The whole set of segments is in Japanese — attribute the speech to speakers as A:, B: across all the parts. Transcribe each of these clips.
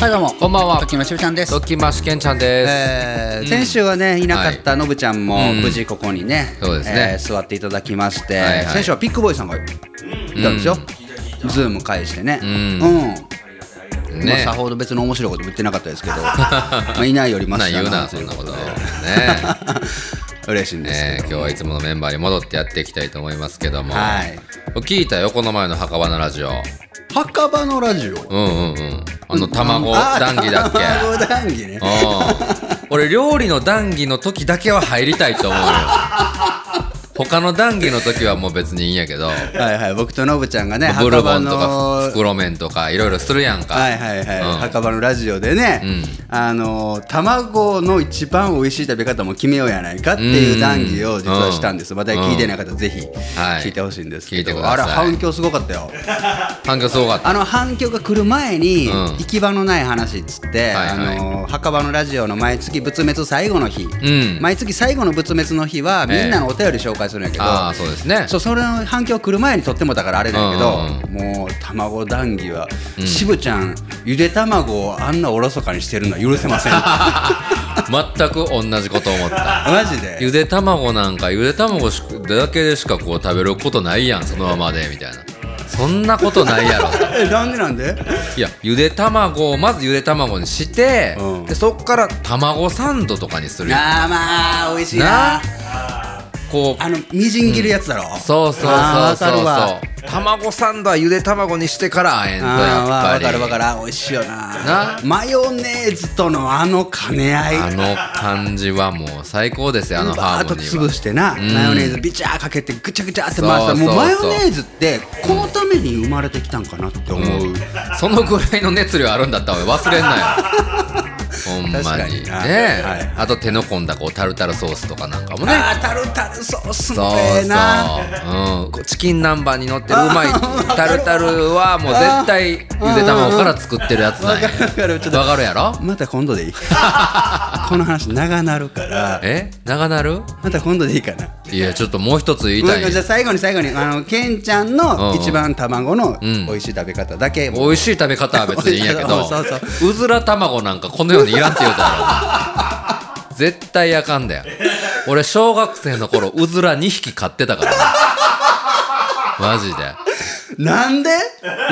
A: はいどうも
B: こんばんは
A: 時のしぶちゃんです
B: ドッキンマッシュケンちゃんです、
A: えー先週はねいなかったのぶちゃんも
B: はいうん
A: 無事ここにね,、
B: そうですね
A: えー座っていただきまして、
B: はいはい
A: 先週はピックボーイさんがいたんですよ、ズーム返してね
B: ん
A: うん、まあ
B: ね
A: さほど別の面白いこと言ってなかった ですけどまあいないよりま
B: な
A: し
B: ん
A: た
B: 言うな
A: と
B: そ
A: い
B: ん
A: う
B: な
A: こ
B: こととね
A: で
B: ね
A: 嬉しいんですけど、
B: え今日はいつものメンバーに戻ってやっていきたいと思いますけども、
A: はい
B: 聞いたよこの前の墓場のラジオ
A: 墓場のラジオ
B: うんうんうんあの卵
A: あ
B: 談義だっけ
A: 卵談義ね
B: うん俺料理の談義の時だけは入りたいと 思うよ他の談義の時はもう別にいいんやけど
A: はいはい僕とのぶちゃんがね
B: ブル
A: 墓
B: ボ
A: 場
B: ンとか
A: の
B: 袋麺とかいろいろするやんか、
A: はいはいはい、
B: うん
A: 墓場のラジオでね、あの卵の一番美味しい食べ方も決めようやないかっていう談義を実はしたんです、
B: うん
A: まだ聞いてない方ぜひ
B: はい
A: 聞いてほしいんですけど、
B: 聞いてください
A: あれ反響すごかったよ
B: 反響すごかった
A: あの反響が来る前に、
B: うん
A: 行き場のない話っつって、
B: はいはい
A: あの墓場のラジオの毎月仏滅最後の日、
B: ん
A: 毎月最後の仏滅の日はみ
B: ええ
A: んなのお便り紹介するんやけど、
B: ああそうですね
A: そうそれの反響来る前に撮ってもだからあれだけど、
B: う
A: もう卵談義は、しぶちゃんゆで卵をあんなおろそかにしてるのは許せま せん
B: 全く同じこと思った
A: マジで
B: ゆで卵なんかゆで卵しだけでしかこう食べることないやんそのままでみたいなそんなことないや ろ
A: えなんでなんで
B: いやゆで卵をまずゆで卵にして、
A: うん
B: でそっから卵サンドとかにするやん
A: あーまあ美味しい
B: な
A: な
B: あこう
A: あのみじん切るやつだろ、
B: そうそうそう
A: あー
B: そ
A: わかる
B: う
A: わ
B: そう卵サンドはゆで卵にしてからあえんとやっ
A: あー
B: ぱ
A: わ
B: り
A: かるわかるあー美味しいよな
B: な
A: マヨネーズとのあの兼ね合
B: あ
A: い
B: の感じはもう最高ですよあのハ
A: バー
B: ー
A: ッ
B: モ
A: と
B: ニー
A: 潰
B: は
A: してな、
B: ん
A: マヨネーズビチャーかけてぐちゃぐちゃって回したら
B: そうそうそう
A: もうマヨネーズってこのために生まれてきたんかなって思う、
B: そのぐらいの熱量あるんだったら俺忘 れんなよほん
A: 確
B: ま
A: か
B: に
A: に
B: ね
A: なはいはい
B: あと手の込んだこうタルタルソースとかなんかもね
A: あータルタルソース
B: そう
A: もええな
B: そう、うん、こうチキン南蛮に乗ってるうま いタルタルはもう絶対ゆで卵から作ってるやつなんや
A: わかるわかるちょっと
B: わかるやろ
A: また今度 でいいこの話長なるから
B: え長なる
A: また今度でいいかない
B: やちょっともう一つ言いたい
A: じゃあ最後に最後にあのケンちゃんの
B: うん
A: 一番卵の
B: ん
A: 美味しい食べ方だけ、
B: 美味しい食べ方は別にいいんやけ ど
A: そうそう
B: うずら卵なんかこの世にいらんって言うたら絶対あかんだよ俺小学生の頃うずら2匹飼ってたからなマジで
A: なんで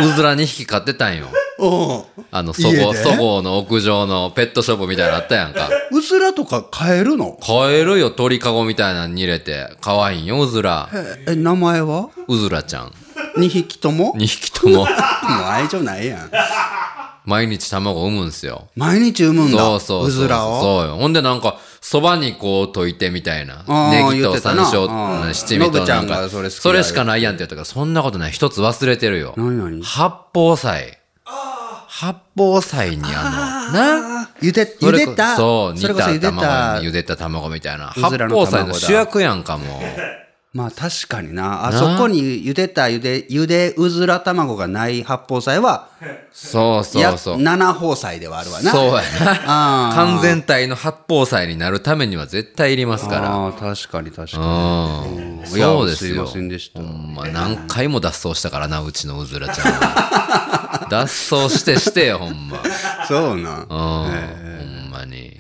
B: うずら2匹飼ってたんよ
A: おう
B: あのそ
A: 家で
B: ごそごうの屋上のペットショップみたいなのあったやんか
A: うすらとか買えるの
B: 飼えるよ鳥かごみたいなのに入れて可愛いんようずら
A: ええ名前は
B: うずらちゃん
A: 2匹とももう
B: 2匹とも
A: 愛情ないやん
B: 毎日卵産むんすよ
A: 毎日産むんだ
B: そうそうそう。
A: ずらを
B: そうよ。ほんでなんか、そばにこう溶いてみたいな。
A: あー
B: ネギ
A: 言っ
B: と
A: てた
B: 山
A: なう
B: 椒、
A: ん
B: 七味と
A: ノブちゃ
B: なんん
A: が
B: か、
A: それ好きだよ
B: それしかないやんって言ったから、そんなことない。一つ忘れてるよ。
A: 何何
B: 八宝菜。八宝菜にあの、な
A: ゆでゆ
B: それ
A: で
B: こ
A: た
B: そう、煮
A: それこそゆ
B: た
A: でた
B: 卵に、ゆでた卵みたいな。
A: うず
B: 八
A: らの卵
B: 宝
A: だ
B: 菜の主役やんかも。
A: まあ確かになあ
B: な
A: そこにゆでたゆでゆでうずら卵がない八宝菜は
B: そうそうそう。
A: や七宝菜ではあるわな
B: そうや
A: あ
B: な。完全体の八宝菜になるためには絶対いりますから。
A: あー確かに確かに
B: うん
A: いや
B: そうですよ。
A: すいませんでした
B: ほんま何回も脱走したからな、うちのうずらちゃんは。 脱走してしてよ、ほんま。
A: そうな
B: うん、ほんまに。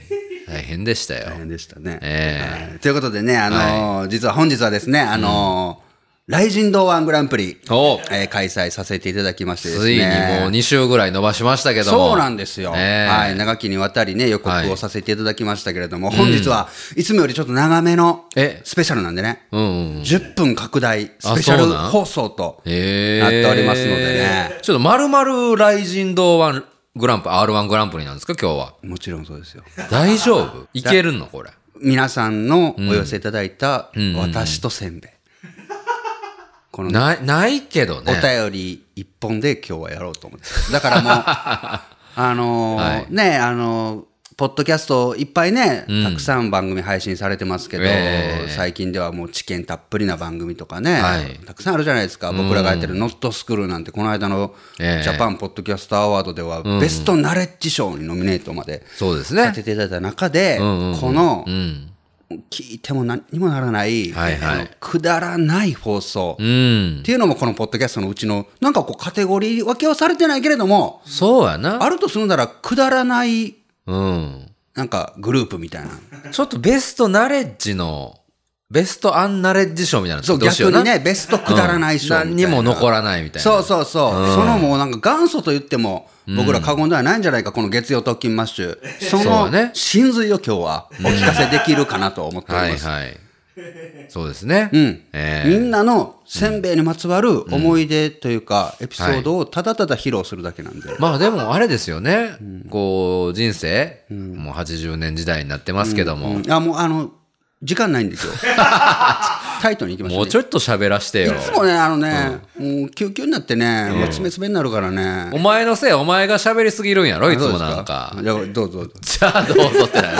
B: 大変でしたよ
A: 大。変でしたね、
B: え
A: はいということでねあのー実は本日はですねあのー雷神堂ワングランプリ、
B: お
A: えー開催させていただきましてですね
B: ついにもう2週ぐらい伸ばしましたけども。
A: そうなんですよ、
B: ええ
A: はい、長きにわたりね予告をさせていただきましたけれども、本日はいつもよりちょっと長めの
B: え
A: スペシャルなんでね、
B: うんうん。
A: 10分拡大スペシャ
B: あそ
A: ル
B: うなん
A: 放送と
B: ええ
A: なっておりますのでね。
B: ちょっと丸々雷神堂ワングランプリ、R1 グランプリなんですか、今日は。
A: もちろんそうですよ
B: 大丈 夫いけるのこれ。
A: 皆さんのお寄せいただいた私とせんべい、この
B: ない、ないけど
A: お
B: ね。
A: 便り一本で今日はやろうと思ってますだから もうあのーねあのーポッドキャストいっぱいね、たくさん番組配信されてますけど、
B: え
A: 最近ではもう知見たっぷりな番組とかね、
B: はい
A: たくさんあるじゃないですか僕らがやってる「ノットスクールなんてこの間のジ
B: ええ
A: ャパンポッドキャストアワードでは、ベストナレッジ賞にノミネートまで
B: そうです
A: さ
B: ね
A: せ。ていただいた中で、
B: んうんうん
A: この
B: うん。
A: 聞いても何にもならない、
B: はいは
A: あ
B: い
A: のくだらない放送、
B: う
A: っ
B: ん。
A: ていうのもこのポッドキャストのうちのなんかこうカテゴリー分けはされてないけれども
B: そうやな。
A: あるとするならくだらない
B: うん。
A: なんかグループみたいな
B: ちょっとベストナレッジの、ベストアンナレッジ賞みたいなの
A: そう
B: 作ってほしいよ
A: 逆
B: な
A: にねベストくだらない賞みたいな、
B: うん何にも残らないみたいな。
A: そうそうそう、そのもうなんか元祖と言っても僕ら過言ではないんじゃないか、この月曜特勤マッシュそ
B: そう
A: の
B: ね
A: 真髄を今日はお聞かせできるかなと思っており
B: は
A: ま
B: い
A: す、
B: はい。そうですね。
A: うん
B: え
A: み
B: え
A: んなのせんべいにまつわる思い出というか、エピソードをただただ披露するだけなんで、
B: まあでもあれですよね。こう、人生、もう80年時代になってますけど
A: う
B: も、
A: んあもうあの時間ないん ですよタイトにいきましょ
B: も
A: う、
B: う
A: ね、
B: ちょっと喋らしてよ。
A: いつもねあのね、もう救急になってね、もう爪爪になるからね
B: お前のせい、お前が喋りすぎるんやろ、いつもなん
A: あ
B: か。
A: どうですじゃあどうぞどうぞ
B: じゃあどうぞってなる。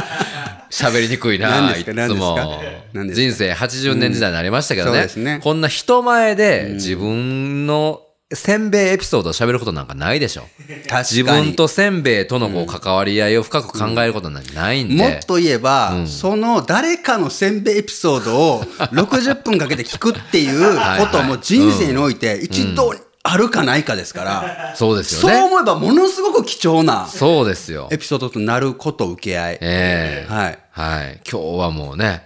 B: 喋りにくい
A: 何
B: な、
A: で
B: い
A: すか
B: つ
A: 何
B: も
A: ですか何。ですか
B: 人生80年時代になりましたけ
A: う
B: ど
A: ん
B: ね。
A: そうですね
B: こんな人前で自分のせんべいエピソードを喋ることなんかないでしょ。
A: 確かに
B: 自分とせんべいとのこう関わり合いを深く考えることなんてないんで。
A: もっと言えば、その誰かのせんべいエピソード を60分かけて聞くっていうことも人生において一度あるかないかですから、
B: そうですよ
A: そう
B: ね。
A: 思えばものすごく貴重な
B: そうですよ。
A: エピソードとなること受け合い。
B: ええ
A: はい。
B: はい。今日はもうね、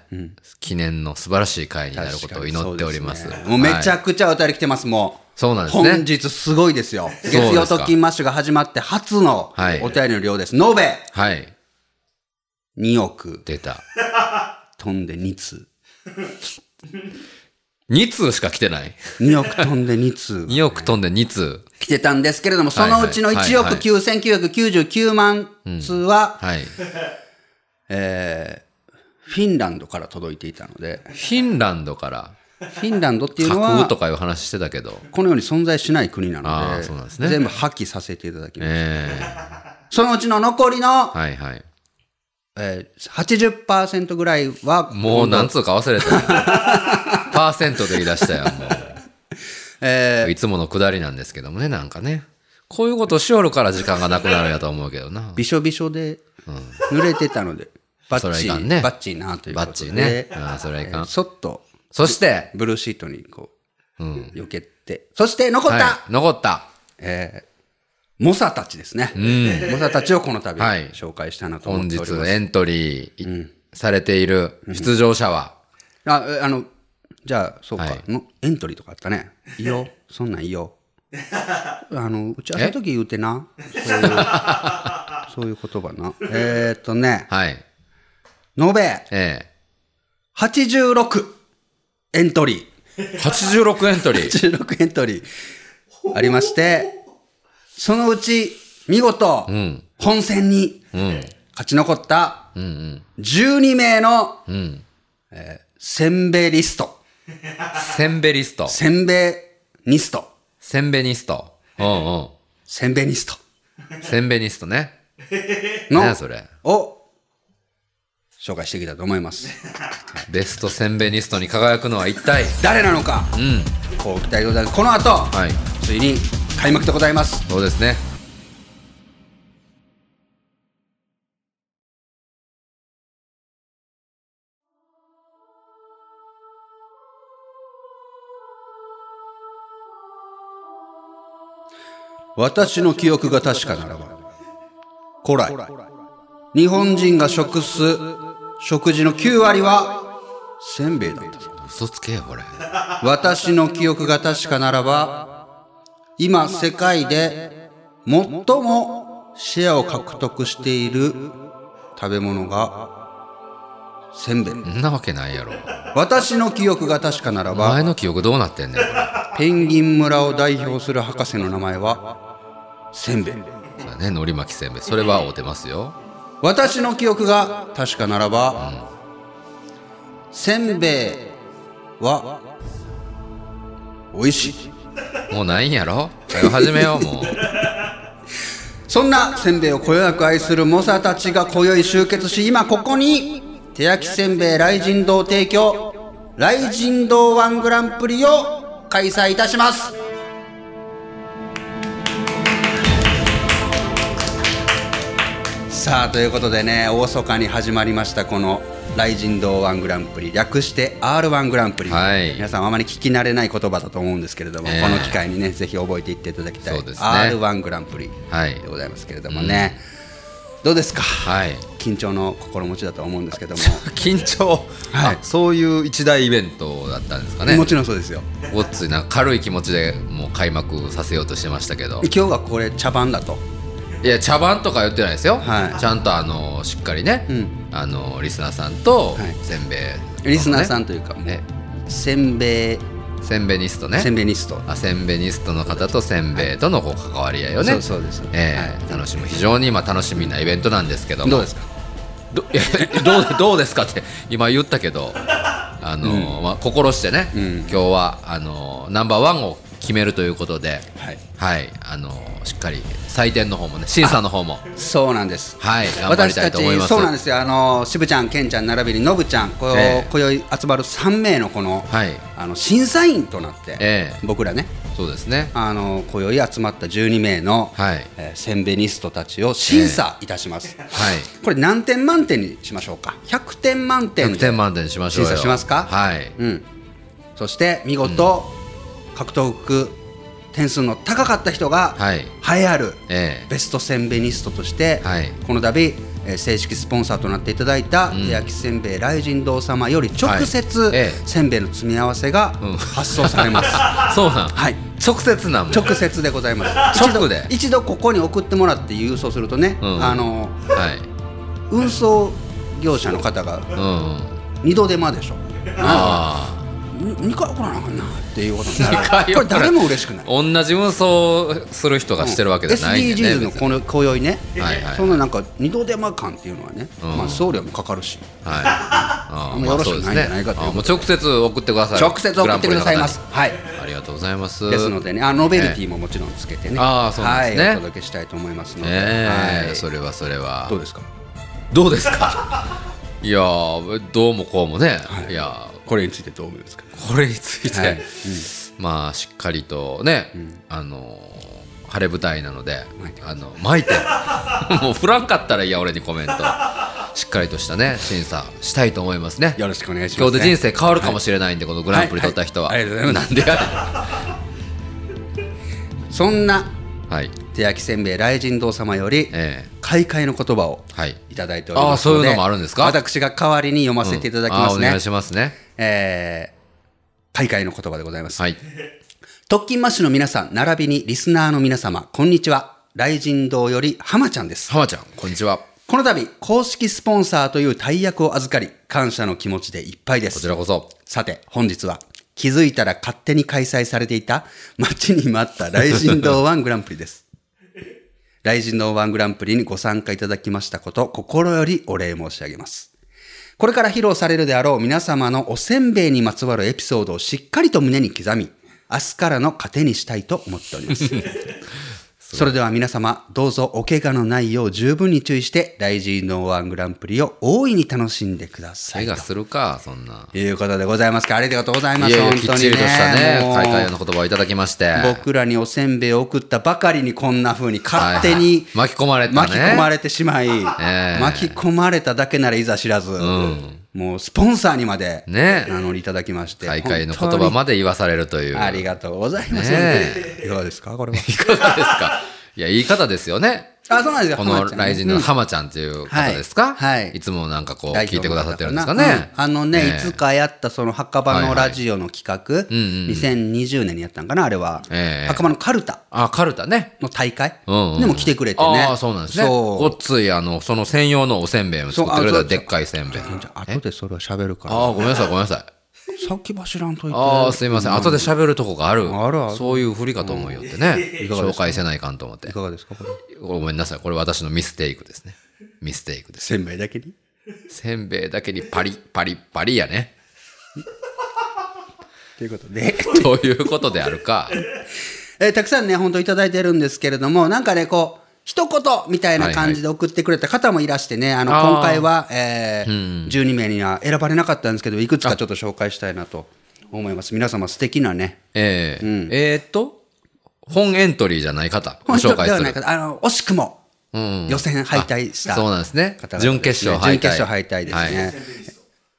B: 記念の素晴らしい会になることを祈っております。
A: 確かにそうでねもうめち
B: はい
A: ゃくちゃお便り来てます、もう。
B: そうなんですね
A: 本日すごいですよ。
B: うです
A: 月
B: か
A: 曜特勤マッシュが始まって初の
B: はい
A: お便りの量です。延べ
B: はい。
A: 2億
B: 出た。
A: 飛んで2通。
B: 2通しか来てない。
A: 2億飛んで2通。
B: 2億飛んで2通。
A: 来てたんですけれども、そのうちの
B: はいはい
A: 1億9999万通は、
B: はい。
A: えーフィンランドから届いていたので、
B: フィンランドから、
A: フィンランドっていうの
B: 架空
A: は
B: と、かいう話してたけど、
A: このように存在しない国な
B: あ
A: の
B: ー
A: で、
B: そうなんですね
A: 全部破棄させていただきます。
B: え
A: そのうちの残りの
B: え、はいはい。
A: えー、80%ぐらいは、
B: もう何通か忘れ たよ。パーセントで言い出したよ、もう。
A: え
B: いつものくだりなんですけどもね、なんかね。こういうことしおるから時間がなくなるやと思うけどな
A: ー、。びしょびしょで、濡れてたので、バッ
B: そ
A: チ
B: れはい
A: リ、
B: かんね
A: バッチリなというこ
B: バ
A: とで
B: ッチリね。うん、それはいかん。
A: そっと、
B: そして、
A: ブルーシートにこう、
B: うん
A: 避けて、そして残った、
B: はい、残った。
A: えー、猛者たちですね、猛者たちをこの度
B: はい
A: 紹介したいなと思
B: 本
A: って
B: 日
A: おります、
B: エントリーされている出場者は、
A: あえあのじゃあそうか、
B: はい
A: のエントリーとかあったねいいよそんなんいい よあの打ち合わせの時言うてな そういうそういう言葉なえー、っとね
B: はい。
A: 延べ
B: え
A: 86エントリ
B: え。86エントリー。
A: ー86エントリーありましてそのうち見事、
B: ん
A: 本戦に
B: うん。
A: 勝ち残った
B: うんうん。
A: 12名の、
B: ん
A: えーせんべいリスト、
B: センベリスト。
A: せんべいニスト、
B: センベニスト。うん
A: せんべいニスト
B: うん。センベニストね。
A: の、
B: ねそれ。
A: を紹介していきたいと思います。
B: ベストセンベニストに輝くのは一体。
A: 誰なのか、
B: うん。
A: こう期待でございます。この後、
B: はい。
A: ついに開幕でございます。
B: そうですね。
A: 私の記憶が確かならば、古来、日本人が食す食事の9割はせんべいだった。
B: 嘘つけよ、これ。
A: 私の記憶が確かならば今世界で最もシェアを獲得している食べ物がせんべい
B: そんなわけないやろ。
A: 私の記憶が確かなら
B: お
A: ば
B: 前の記憶どうなってんねん、これ。
A: ペンギン村を代表する博士の名前はせんべい
B: そうだね、のり巻きせんべい。それは合うてますよ。
A: 私の記憶が確かならばせんべいは美味しい
B: もうないんやろ早く始めよう、もう。
A: そんなせんべいをこよなく愛する猛者たちが今宵集結し今ここに手焼きせんべい雷神堂提供雷神堂ワングランプリを開催いたします久さあということでね大阪に始まりましたこの「雷神堂1グランプリ」略して r 1グランプリ、
B: はい
A: 皆さんあまり聞き慣れない言葉だと思うんですけれども、
B: ええ
A: この機会にねぜひ覚えていっていただきたい、
B: そうですね
A: r 1グランプリ
B: はい
A: でございますけれどもね、どうですか、
B: はい
A: 緊張の心持ちだと思うんですけども、
B: 緊張、
A: はい
B: あそういう一大イベントだったんですかね
A: もちろんそう ですよ
B: ごっついなんか軽い気持ちでもう開幕させようとしてましたけど
A: 今日はこれ茶番だと
B: いや茶番とか言ってないですよ、
A: はい
B: ちゃんとあのしっかりね、
A: うん
B: あのリスナーさんと
A: はい
B: せんべい、
A: リスナーさ
B: ん
A: んというかもう
B: え
A: せんべい
B: せんべいニストね
A: せんべいニスト、
B: あせんべいニストの方とせんべいとのこう関わり合いをね、
A: そうそうです、
B: ええ楽しむ非常に今楽しみなイベントなんですけども
A: どうですか
B: どいやどうどうですかって今言ったけど、あのまあ、心してね、
A: うん
B: 今日はあのナンバーワンを決めるということで、
A: はい
B: はいあのしっかり採点の方もね審査の方も、
A: そうなんです
B: はい、頑張り
A: 私
B: たい
A: た
B: と思い
A: ち
B: ます。
A: そうなんですよあの渋ちゃんけんちゃん並びにのぶちゃんこう、
B: ええ
A: 今宵集まる3名のこの,、
B: はい
A: あの審査員となって、
B: ええ
A: 僕らね
B: そうですね。
A: あの今宵集まった12名の、
B: はい
A: えーせんべいニストたちを審査いたします、
B: はい。
A: これ何点満点にしましょうか100点満点
B: 100
A: で
B: 点満点にしましょうよ。
A: 審査しますか
B: はい。
A: うん、そして見事、獲得点数の高かった人が
B: はい
A: 栄えある
B: ええ
A: ベストせんべいニストとして、
B: はい
A: この度、えー正式スポンサーとなっていただいた手焼きせんべい雷神堂様より直接、
B: はいええ
A: せんべいの詰め合わせが
B: うん
A: 発送され ます、
B: そうなん。
A: はい
B: 直接なんもん。
A: 直接でございます
B: 直で
A: 一度一度ここに送ってもらって郵送するとね、
B: うん
A: あの
B: はい。
A: 運送業者の方が
B: うんうん。
A: 二度手間 でしょ
B: あ
A: 2回怒らなあかんなっていうことになる
B: あ。
A: これ誰も嬉しくない
B: 同じ運送する人がしてるわけじゃないんでね。
A: SDGs の
B: 別
A: この今宵ね、
B: はいはい
A: そのなんか二度手間感っていうのはね、
B: うん
A: まあ送料もかかるし、
B: にはい。あ
A: あ んまよろしくないんじゃないかということで
B: あもう直接送ってください。
A: 直接送ってくださいます
B: グ。
A: はい。
B: ランプリの方に。ありがとうございます。
A: ですのでね、あノベルティももちろんつけてね、
B: ああそうなんですね
A: はい、お届けしたいと思いますので、
B: ええ
A: はい、
B: それはそれは。
A: どうですか？
B: どうですか いやーどうもこうもね、い、や
A: これについてどう思いますか？
B: ーこれについて、
A: はいうん
B: まあしっかりとね、あのー晴れ舞台なので
A: 巻いてく
B: あの巻いて もう振らんかったらいいや俺にコメントしっかりとしたね審査したいと思いますね
A: よろしくお願いしま
B: 今
A: す、
B: 日
A: ね。
B: で人生変わるかもしれないんで、このグランプリ取った人は、
A: はいはいありがとうございま
B: なんでや
A: そんな
B: れはい
A: 手焼きせんべい雷神堂様より、
B: ええ
A: 開会の言葉を
B: はい
A: いただいておりますので、
B: ああそういうのもあるんですか
A: 私が代わりに読ませていただきます
B: うんあーお
A: ね。
B: 願いしますね
A: えー、開会の言葉でございます。
B: はい
A: 特勤マッシュの皆さん、並びにリスナーの皆様、こんにちは。雷神堂より浜ちゃんです。
B: 浜ちゃんこんにちは
A: この度、公式スポンサーという大役を預かり、感謝の気持ちでいっぱいで
B: こ
A: す
B: ち。らこそ
A: さて、本日は、気づいたら勝手に開催されていた、待ちに待った雷神堂1グランプリです。 雷神堂1グランプリにご参加いただきましたこと、心よりお礼申し上げます。これから披露されるであろう皆様のおせんべいにまつわるエピソードをしっかりと胸に刻み、明日からの糧にしたいと思っております。それでは皆様、どうぞお怪我のないよう十分に注意して、雷神堂1グランプリを大いに楽しんでください
B: 怪。我するかそんな
A: いうことでございますかありがとうございます。
B: いやいや
A: 本
B: き
A: 当
B: っ
A: に
B: ちりとしたね
A: もう
B: 開会の言葉をいただきまして
A: 僕らにおせんべいを送ったばかりにこんな風に勝手に
B: はいはい巻き込まれたね
A: 巻き込まれてしまい、
B: え
A: 巻き込まれただけならいざ知らず、
B: ん
A: もうスポンサーにまで
B: ね
A: 名乗りいただきまして、
B: 大会の言葉
A: 本
B: まで言わされるという
A: 当にありがとうございます。
B: ね
A: いかがですかこ れは。
B: いかがですか いや言い方ですよね
A: あ、そうなんですよ。
B: この
A: 浜ちゃんね
B: 雷神の浜ちゃんっていう方ですか、
A: うんはいはい
B: つもなんかこう
A: 代表
B: 聞いてくださってるんですか
A: の方
B: ね
A: な、うんあのね、
B: ええ
A: いつかやったその墓場のラジオの企画、
B: んうんうん
A: 2020年にやったんかな、あれは、
B: ええ
A: 墓場のカルタ
B: あカルタね
A: の大会、
B: うんうん
A: でも来てくれてね。
B: ああそうなんですねご
A: そう
B: っついあのその専用のおせんべいを作ってくれ
A: そうあ
B: た
A: そう
B: でっかいせんべい
A: じゃあ後でそれは喋るから。
B: ああごめんなさいごめんなさい
A: さっき走らんといて。
B: ああすいません後で喋るとこがある
A: あるある
B: そういうふりかと思うよってね
A: かがで
B: 紹介せないかんと思って
A: いかがですかこれ。
B: ごめんなさいこれ私のミステイクですねミステイクです
A: せんべいだけに
B: せんべいだけにパリパリパリやね
A: ということで。
B: ということであるか
A: えーたくさんね、本当いただいてるんですけれども、なんかね、こう、一言みたいな感じで送ってくれた方もいらしてね、あの、
B: あー
A: 今回は、えー12名には選ばれなかったんですけど、いくつかちょっと紹介したいなと思います。皆様素敵なね、
B: えーえーっと本エントリーじゃない方ご紹介
A: ですはな
B: る
A: いかあの、惜しくも、
B: うん
A: 予選敗退した
B: あそうなんですね
A: 方々ですね
B: 準決勝敗
A: 準
B: 退
A: 決勝敗退です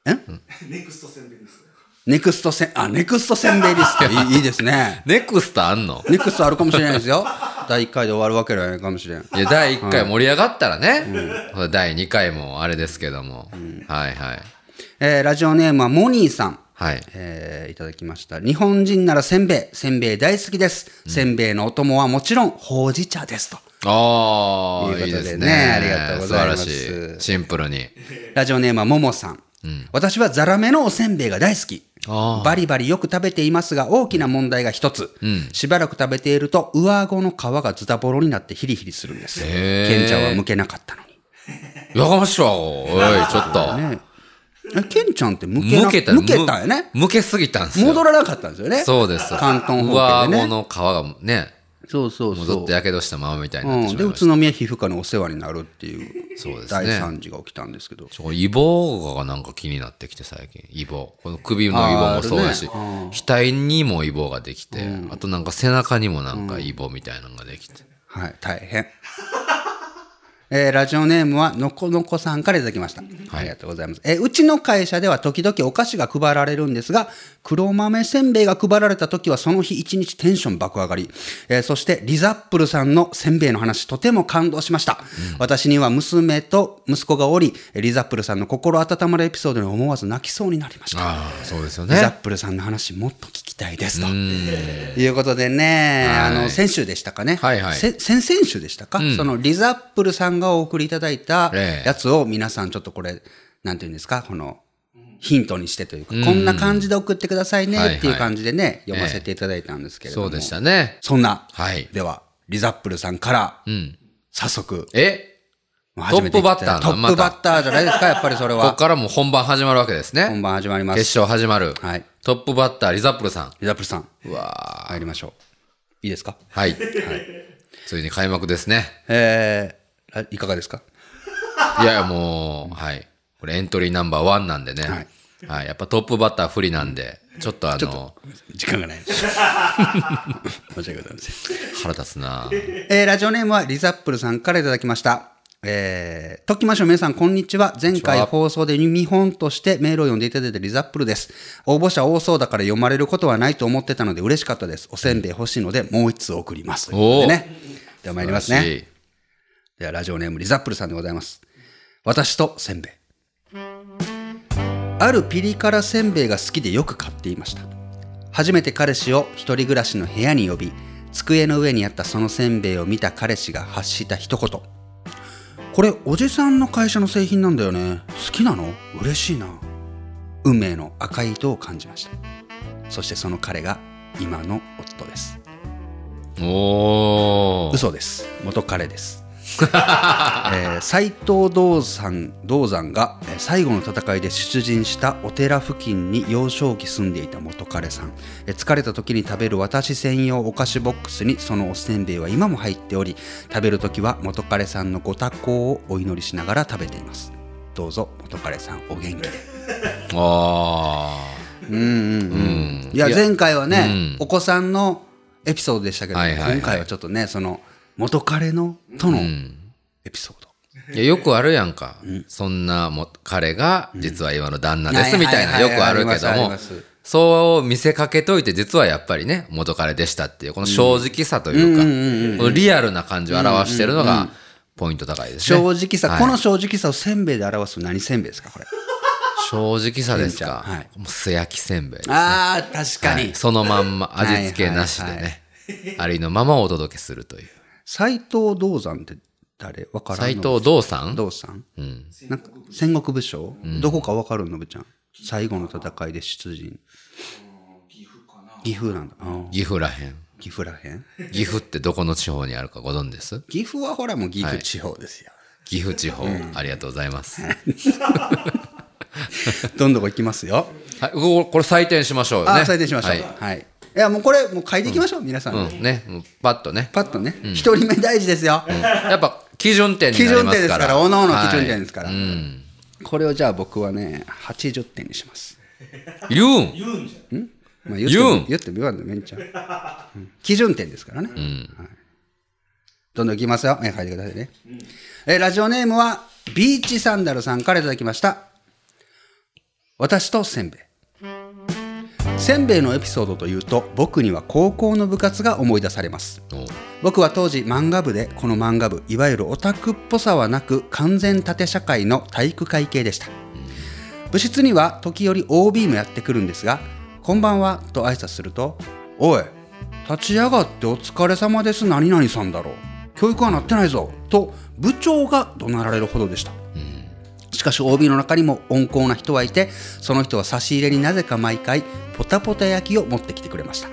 A: ね。
C: ネクスト戦でです
A: ネクスト戦、あ、ネクスト戦ベリスト。 いいいいですね。
B: ネクストあんの
A: ネクストあるかもしれないです よ。第1回で終わるわけではないかもしれん。
B: いや、第1回盛り上がったらね、それ第2回もあれですけども、はいはい。
A: えーラジオネームはモニーさん。
B: はい。
A: えーいただきました。日本人ならせんべい。せんべい大好きです。せんべいのお供はもちろん、ほうじ茶ですと。
B: ああ、
A: ということでね
B: いいですね。
A: ありがとうございます
B: 素晴らしい。シンプルに。
A: ラジオネームはももさん。私はザラメのおせんべいが大好き。
B: あ
A: バリバリよく食べていますが大きな問題が一つ、しばらく食べていると上顎の皮がズタボロになってヒリヒリするんです
B: へー
A: ケンちゃんは向けなかったのに
B: やかましいわ、おい、ちょっと。
A: ねえケンちゃんって向けな
B: 向けた
A: 向けたよね
B: む向けすぎたんですよ。
A: 戻らなかったんですよね
B: そうです。
A: 関東
B: 上
A: 方面で
B: 顎
A: ね
B: の皮がね、
A: そうそう
B: もう
A: そ
B: ず
A: う
B: っとやけどしたままみたいに
A: う
B: なって
A: ん、で
B: しまい
A: 宇
B: ました。
A: 都宮皮膚科のお世話になるっていう
B: そうですね
A: 大惨事が起きたんですけど
B: ちょイボがなんか気になってきて最近。イボ。この首のイボもそうだし、
A: あー
B: 額にもイボができて、あとなんか背中にもなんかイボみたいなのができて。
A: はい、大変。 えーラジオネームはのこのこさんからいただきました。ありがとうございます、えーうちの会社では時々お菓子が配られるんですが、黒豆せんべいが配られた時はその日一日テンション爆上がり、えーそしてリザップルさんのせんべいの話とても感動しました。私には娘と息子がおり、リザップルさんの心温まるエピソードに思わず泣きそうになりました。
B: ああ、そうですよ
A: リザッ
B: ね。
A: プルさんの話もっと聞きたいですと。いうことでね、
B: はい
A: あの、先週でしたかね。
B: はいはい
A: せ先々週でしたか、そのリザップルさんがお送りいただいた
B: ええ
A: やつを皆さんちょっとこれ、なんていうんですか、この、ヒントにしてというか、こんな感じで送ってください
B: はいは
A: ね
B: い
A: っていう感じでね、読ませていただいたんですけれども。
B: そうでしたね。
A: そんな、
B: はい
A: では、リザップルさんから、
B: ん
A: 早速、
B: え
A: 始めていきたい
B: トップバッターな
A: トップバッターじゃないですか、やっぱりそれ
B: ここ
A: は。
B: からもう本番始まるわけですね。
A: 本番始まります。
B: 決勝始まる。
A: はい
B: トップバッター、リザップルさん。
A: リザップルさん、
B: うわ
A: 入りましょう。いいですか
B: ーはい。ついに開幕ですね。
A: えーあいかがですか
B: いやいや、もう、はい。これエントリーナンバーワンなんでね。
A: は
B: はいい。やっぱトップバッター不利なんで、ちょっとあの、
A: 時間がないです。申し訳ございません。
B: 腹立つな
A: えーラジオネームはリザップルさんからいただきました。えー、ときましょう皆さん、こんにちは。前回放送で見本としてメールを読んでいただいたリザップルです。応募者多そうだから読まれることはないと思ってたので嬉しかったです。おせんべい欲しいので、もう一通送ります。ということでね。では参りますね。
B: し
A: ではラジオネームリザップルさんでございます私とせんべいあるピリ辛せんべいが好きでよく買っていました初めて彼氏を一人暮らしの部屋に呼び机の上にあったそのせんべいを見た彼氏が発した一言これおじさんの会社の製品なんだよね好きなの嬉しいな運命の赤い糸を感じましたそしてその彼が今の夫です
B: おー。
A: 嘘です元彼です 斎、斉藤道山道山がえー最後の戦いで出陣したお寺付近に幼少期住んでいた元彼さんえー疲れた時に食べる私専用お菓子ボックスにそのおせんべいは今も入っており食べる時は元彼さんのご多幸をお祈りしながら食べていますどうぞ元彼さんお元気で
B: あ
A: うんうんうん
B: うん
A: いや
B: いや
A: 前回はね、
B: う
A: お
B: ん
A: 子さんのエピソードでしたけど、
B: はいはいはい
A: 今回はちょっとねその元彼のとの
B: ー。うん。
A: エピソード、
B: いや、よくあるやんか。そんなも、彼が、実は今の旦那ですみたいな、
A: はいはい
B: よ
A: はい
B: くあるけど
A: あり
B: も
A: ますあります、
B: そう見せかけといて、実はやっぱりね、元彼でしたっていう、この正直さというか、このリアルな感じを表してるのが、ポイント高いですね。
A: 正直さ、
B: はい
A: この正直さをせんべいで表すと何せんべいですかこれ
B: 正直さですか。
A: はい
B: もう素焼きせんべいですね。
A: あー確か
B: はいそのまんま、味付けなしで
A: はいはい
B: ね、ありのままお届けするという。
A: 斎藤道山って誰わからんの
B: 斎藤道さん
A: 道山
B: うん。
A: なんか戦国武将、どこかわかるのぶちゃん最後の戦いで出陣岐阜なんだあー
B: 岐阜らへん。
A: 岐阜らへん
B: 岐阜ってどこの地方にあるかご存知です
A: 岐阜はほらもう岐阜地方ですよ、
B: 岐阜地方、ありがとうございます。
A: どんどこ行きますよ
B: はい、ここれ採点しましょうよ
A: あ
B: ね。
A: ー採点しましょう
B: はい。
A: はい、いやもうこれもう書いていきましょう、皆さん、
B: うん、ね、もうパッとね。
A: パッとね一、人目大事ですよ、
B: やっぱ基準点に
A: 基
B: なり
A: 準
B: ま
A: 点ですすか
B: か。
A: らら、おのおの基準点です
B: か
A: から、これをじゃあ僕はね、80点にします。
B: ら。言うん。
C: 言うんじゃん
A: まあ、言っても
B: 言うん
A: 言っても言わんでもええんちゃう、うん基準点ですからね、はいどんどんいきますよ。えー書いてくださいね。えーラジオネームは、ビーチサンダルさんからいただきました。私とせんべい。せんべいのエピソードというと、僕には高校の部活が思い出されます。
B: お
A: 僕は当時漫画部でこの漫画部いわゆるオタクっぽさはなく完全縦社会の体育会系でした部室には時折 OB もやってくるんですが「こんばんは」と挨拶すると「おい立ち上がってお疲れ様です何々さんだろう教育はなってないぞ」と部長が怒鳴られるほどでしたしかし OB の中にも温厚な人はいてその人は差し入れになぜか毎回ポタポタ焼きを持ってきてくれました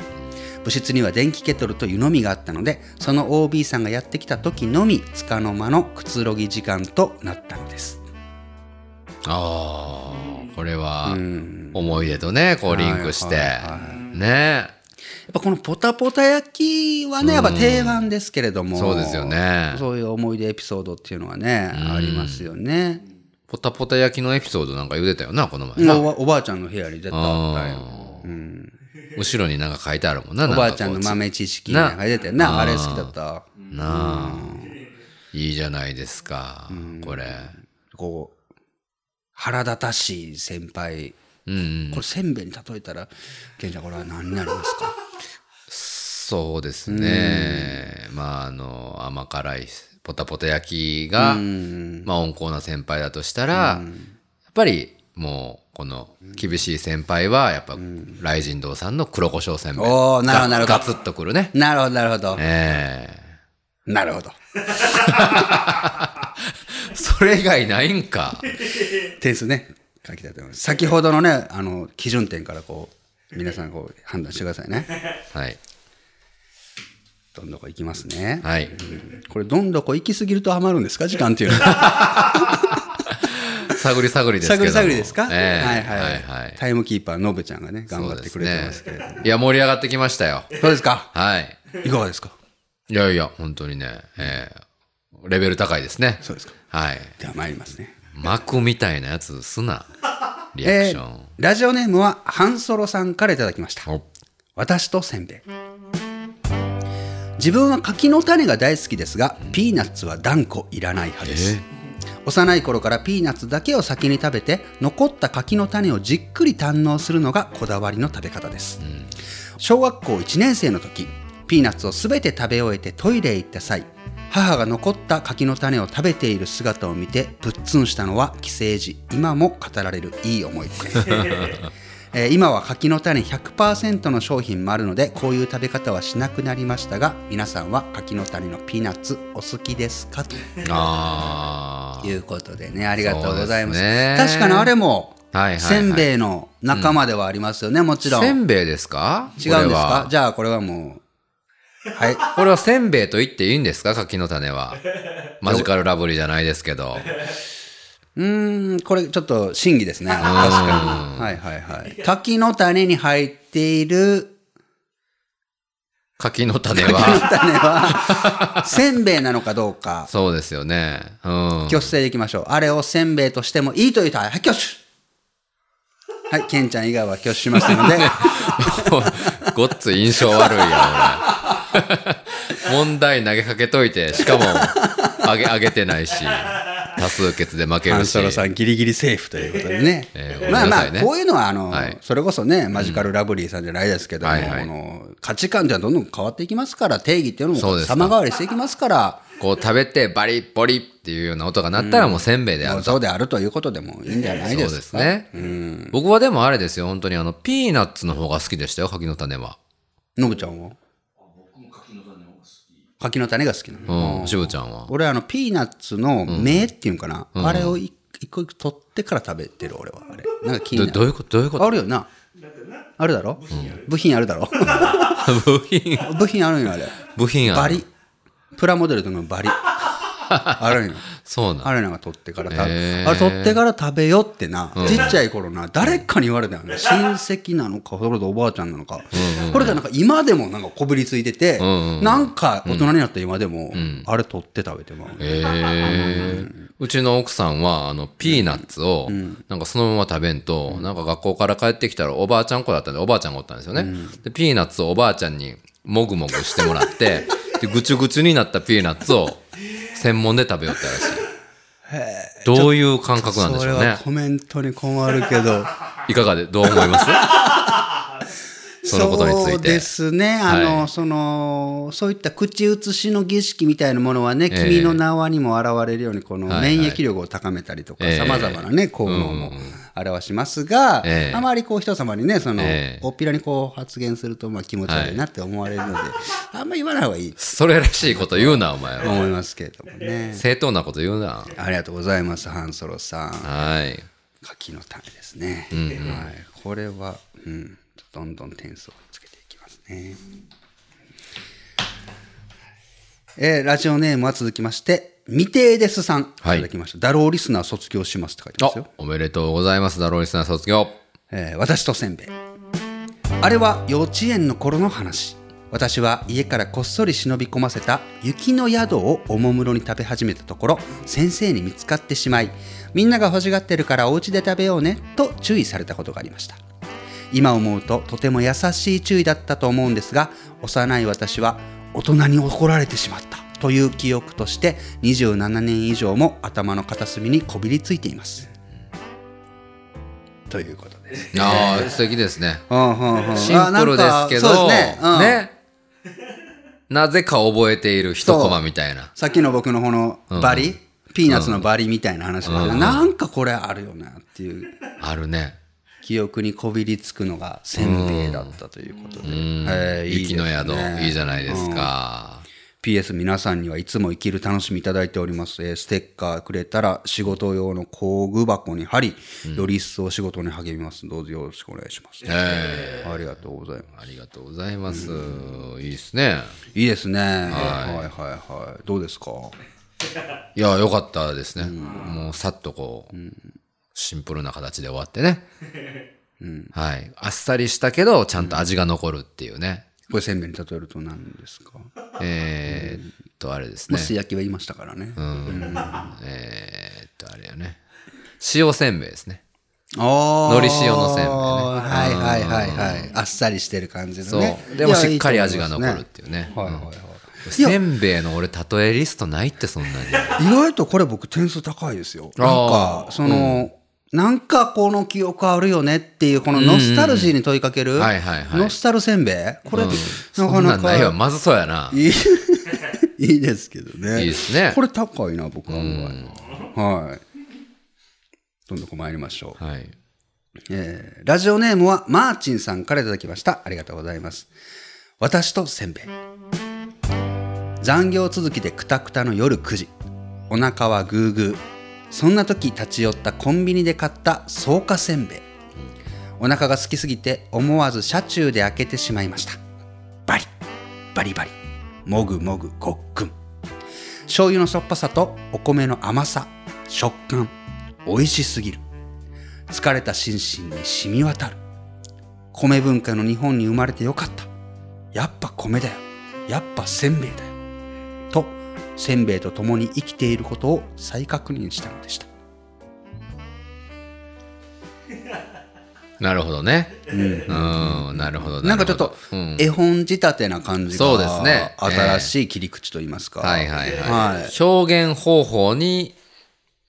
A: 部室には電気ケトルと湯飲みがあったのでその OB さんがやってきた時のみつかの間のくつろぎ時間となったのです
B: あーこれは思い出とねこうリンクして、
A: はいはい
B: ね
A: やっぱこのポタポタ焼きはねやっぱ定番ですけれども
B: そうですよね
A: そういう思い出エピソードっていうのはねありますよね
B: ポタポタ焼きのエピソードなんか言うてたよなこの前な
A: おばおばあちゃんの部屋に出たお
B: あー後ろになんか書いてあるもんな
A: ばあちゃんの
B: なんかこ
A: 豆知識なんか出てな
B: な
A: あれ好きだった
B: うなあいいじゃないですかこれ
A: こう腹立たしい先輩
B: うんうん
A: これせんべいに例えたらケンちゃんこれは何になりますか
B: そうですねまああの甘辛いポタポタ焼きがまあ温厚な先輩だとしたらやっぱりもうこの厳しい先輩はやっぱ雷神堂さんの黒胡椒せんべい
A: おーなるほどなるほど
B: ガツッとくるね
A: なるほどなるほど
B: え
A: なるほど
B: えそれ以外ないんか
A: 点数ね書きたいと思います先ほどのねあの基準点からこう皆さんこう判断してください ね
B: はい
A: どんどこ行きますね、
B: はい
A: これどんどこ行き過ぎると余るんですか時間っていうのは
B: 探り探り ですけ
A: 探
B: ども
A: り探りですか、
B: ええ
A: はいはい、
B: はいはい
A: タイムキーパーのぶちゃんがね頑張ってくれてますけれど
B: そうですね、いや盛り上がってきましたよ
A: そうですか
B: はい
A: いかがですか
B: いやいや本当にね、えーレベル高いですね
A: そうですか
B: はい
A: では参りますね
B: 幕みたいなやつ すなリアク
A: え
B: ション、
A: ーラジオネームはハンソロさんからいただきました
B: お
A: 私とせんべい自分は柿の種が大好きですがピーナッツは断固いらない派です、幼い頃からピーナッツだけを先に食べて残った柿の種をじっくり堪能するのがこだわりの食べ方です、小学校1年生の時ピーナッツを全て食べ終えてトイレへ行った際母が残った柿の種を食べている姿を見てプッツンしたのは帰省時今も語られるいい思い出ですえー今は柿の種100%の商品もあるのでこういう食べ方はしなくなりましたが皆さんは柿の種のピーナッツお好きですかと
B: あ
A: いうことでねありがとうございま
B: そうですすね
A: 確かにあれも、
B: はいはいはい
A: せんべいの仲間ではありますよね、もちろ
B: ー
A: ん違
B: せ
A: うん
B: んべいですか
A: ですか
B: これは
A: じゃあこれはもうはい
B: これはせんべいと言っていいんですか柿の 種はマジカルラブリーじゃないですけど
A: うーんこれちょっと審議ですね確かにはいはいはい柿の種に入っている
B: 柿の種
A: 柿の
B: は
A: 種 はせんべいなのかどうか
B: そうですよねうん
A: 挙手制でいきましょう。あれをせんべいとしてもいいという人は、はい、挙手はい、ケンちゃん以外は挙手しませんの で、
B: ごっつ印象悪いよ、俺。 問題投げかけといて、しかも、あげ、あげてないし、多数決で負け
A: ハ
B: る
A: ン
B: し
A: ソ。ロさんギリギリセーフということでね。
B: えーごめん
A: まあ
B: な
A: ま
B: さ
A: あ、
B: いね
A: こういうのは、あの、
B: はい
A: それこそね、マジカルラブリーさんじゃないですけども、
B: はいは
A: こ
B: い
A: の価値観っていうのはどんどん変わっていきますから、定義っていうの
B: そう
A: も
B: ですか
A: 様変わりしていきますから、
B: こう食べて、バリッボリッっていうような音が鳴ったらもうせんべいであると。
A: そうであるということでもいいんじゃない
B: そ
A: で
B: うですす
A: か。
B: ね。僕はでもあれですよ、本当にあの、ピーナッツの方が好きでしたよ、柿の種は。
A: ノブちゃんは
C: 僕も柿の種の方が好き。
A: 柿の種が好きなの。
B: うん、しぶちゃんは。
A: 俺あのピーナッツの芽っていうんかな、あれを一一個一個取ってから食べてる俺は あれなんか気に
B: ど
A: な
B: どういうことどういうこと
A: あるよなあるだろ部品あるだろ
B: 部品、
A: 部品あるんよあれ
B: 部品あ
A: バ
B: る
A: リプラモデルとのバ リあるんよ
B: そうなん。
A: あれなんか取ってから食べ、
B: へー
A: あれ取ってから食べよってな、ちっちゃい頃な誰かに言われたよね親戚なのかそれこそおばあちゃんなのか、これがなんか今でもなんかこびりついてて、
B: ん
A: なんか大人になった今でも、あれ取って食べてまう、
B: へえうちの奥さんはあのピーナッツをなんかそのまま食べんと、なんか学校から帰ってきたらお ばあちゃん子だったんでおばあちゃんがおったんですよね、でピーナッツをおばあちゃんにもぐもぐしてもらってで、ぐちゅぐちゅになったピーナッツを専門で食べよったらしい。どういう感覚なんで
A: そ
B: し
A: れ
B: ょう
A: は
B: ね。
A: コメントに困るけど。
B: いかがで、どう思い ます そのことにつ
A: そう
B: いて
A: で。すね。あの、
B: はい
A: その、そういった口移しの儀式みたいなものはね、
B: ええ
A: 君の名はにも現れるように、この
B: はいはい
A: 免疫力を高めたりとか、
B: ええ
A: 様々なね、効能も表しますが、
B: ええ
A: あまりこう人様にね、その、
B: ええ
A: おっぴらにこう発言すると、まあ気持ち悪いなって思われるので、あんまり言わない方がいい
B: それらしいこと言うな、お前
A: と
B: は。
A: 思いますけれどもね。
B: 正当なこと言うな。
A: ありがとうございます、ハンソロさん。
B: はい。
A: 柿の種ですね、はい、これは、うん、どんどん点数をつけていきますね、えーラジオネームは続きまして未定ですさん、
B: はい
A: いただきましたダローリスナー卒業しますって書いてます
B: あ
A: よ、、
B: おめでとうございます、ダローリスナー卒業。
A: えー私とせんべいあれは幼稚園の頃の話私は家からこっそり忍び込ませた雪の宿をおもむろに食べ始めたところ先生に見つかってしまいみんなが欲しがってるからお家で食べようねと注意されたことがありました今思うととても優しい注意だったと思うんですが幼い私は大人に怒られてしまったという記憶として27年以上も頭の片隅にこびりついていますということです
B: ああ、素敵ですね。
A: うんうんうん
B: シンプルですけど、
A: あなんかそうですね,、うん、
B: ねなぜか覚えている一コマみたいな。
A: さっきの僕のこのバリ、ピーナッツのバリみたいな話だけど、
B: うん
A: なんかこれあるよなっていう
B: あるね。
A: 記憶にこびりつくのがせんべいだったということで、
B: うん
A: えーいいです
B: 雪の宿、
A: ね
B: いいじゃないですか。
A: PS 皆さんにはいつも生きる楽しみいただいております、えーステッカーくれたら仕事用の工具箱に貼り、より一層仕事に励みますどうぞよろしくお願いします、
B: え
A: ありがとうございます
B: ありがとうございます。いいですね。
A: いいですね、はい、はいはいどうですか
B: いや、よかったですね。もうさっとこう、シンプルな形で終わってね。はい。あっさりしたけど、ちゃんと味が残るっていうね。
A: これせんべいに例えると何ですか、
B: えーっと、あれです
A: ま
B: ね
A: あ。す焼きは言いましたからね、
B: えーっと、あれよね。塩せんべいですね。
A: あ
B: 海苔塩のせんべいね
A: はいはいはいはいあっさりしてる感じの
B: そう
A: ね。
B: でもしっかり味が残るっ
A: い
B: ていうね。
A: やいいと思いますねはいはいはい
B: せんべいの俺、例えリストないって、そんなに。
A: 意外とこれ僕点数高いですよ。なん
B: あー
A: かその、なんかこの記憶あるよねっていうこのノスタルジーに問いかける、
B: んはいはいはい
A: ノスタルせんべいこれ、
B: そ
A: なんか
B: な
A: なんか
B: ないわ。まずそうやな。
A: いい いいですけどね。
B: いいですね
A: これ高いな僕は、はい。どんどんこう参りましょう。
B: はい。
A: えーラジオネームはマーチンさんからいただきました。ありがとうございます。私とせんべい。残業続きでくたくたの夜9時。お腹はグーグー。そんな時立ち寄ったコンビニで買った草加せんべい。お腹が空きすぎて思わず車中で開けてしまいました。バリバリバリ。もぐもぐごっくん。醤油のしょっぱさとお米の甘さ、食感、美味しすぎる。疲れた心身に染み渡る米文化の日本に生まれてよかったやっぱ米だよやっぱせんべいだよとせんべいと共に生きていることを再確認したのでした
B: なるほどね。うん。なるほど。
A: なんかちょっと
B: なるほどうん
A: 絵本仕立てな感じが
B: そうですねええ
A: 新しい切り口といいますか、
B: はいはい
A: は
B: はい。表現方法に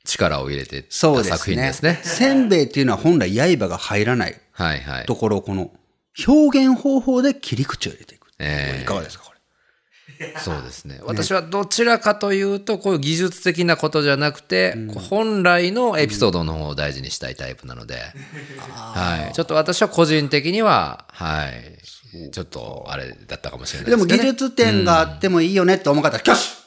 B: 力を入れてた
A: そうですね
B: 作品ですね。
A: せんべいっていうのは本来刃が入らない
B: はいはい
A: と。ころをこの表現方法で切り口を入れていく、
B: ええ
A: いかがですかこれ
B: そうですね。私はどちらかというと、こういう技術的なことじゃなくて、こう本来のエピソードの方を大事にしたいタイプなので、はい。ちょっと私は個人的には、はい。ちょっとあれだったかもしれない
A: で
B: で
A: も
B: すけ
A: 技
B: ど、ね。
A: 術点があってもいいよねって思う方、挙手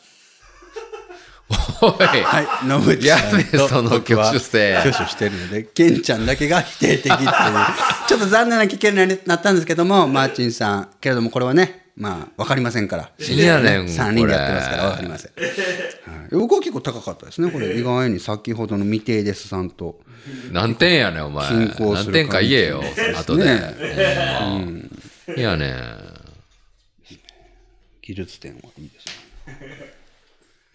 B: おい
A: はい、野口
B: や
A: さんと
B: べえ、その
A: 僕
B: 挙
A: は
B: 手制。
A: 挙手してるので、ケンちゃんだけが否定的 っていう、ちょっと残念な危険になったんですけども、マーチンさん、けれどもこれはね、まあ、わかりませんから、
B: いやねん
A: 3人でやってますから、わかりません。はい僕は結構高かったですね、これ、意外に先ほどの未定ですさんと。
B: 何点やねん、お前。
A: 進行す
B: 何
A: る
B: 点か言えよ
A: 感じで、す
B: 後
A: ね
B: で。ほんまいやね
A: 技術点はいいですね。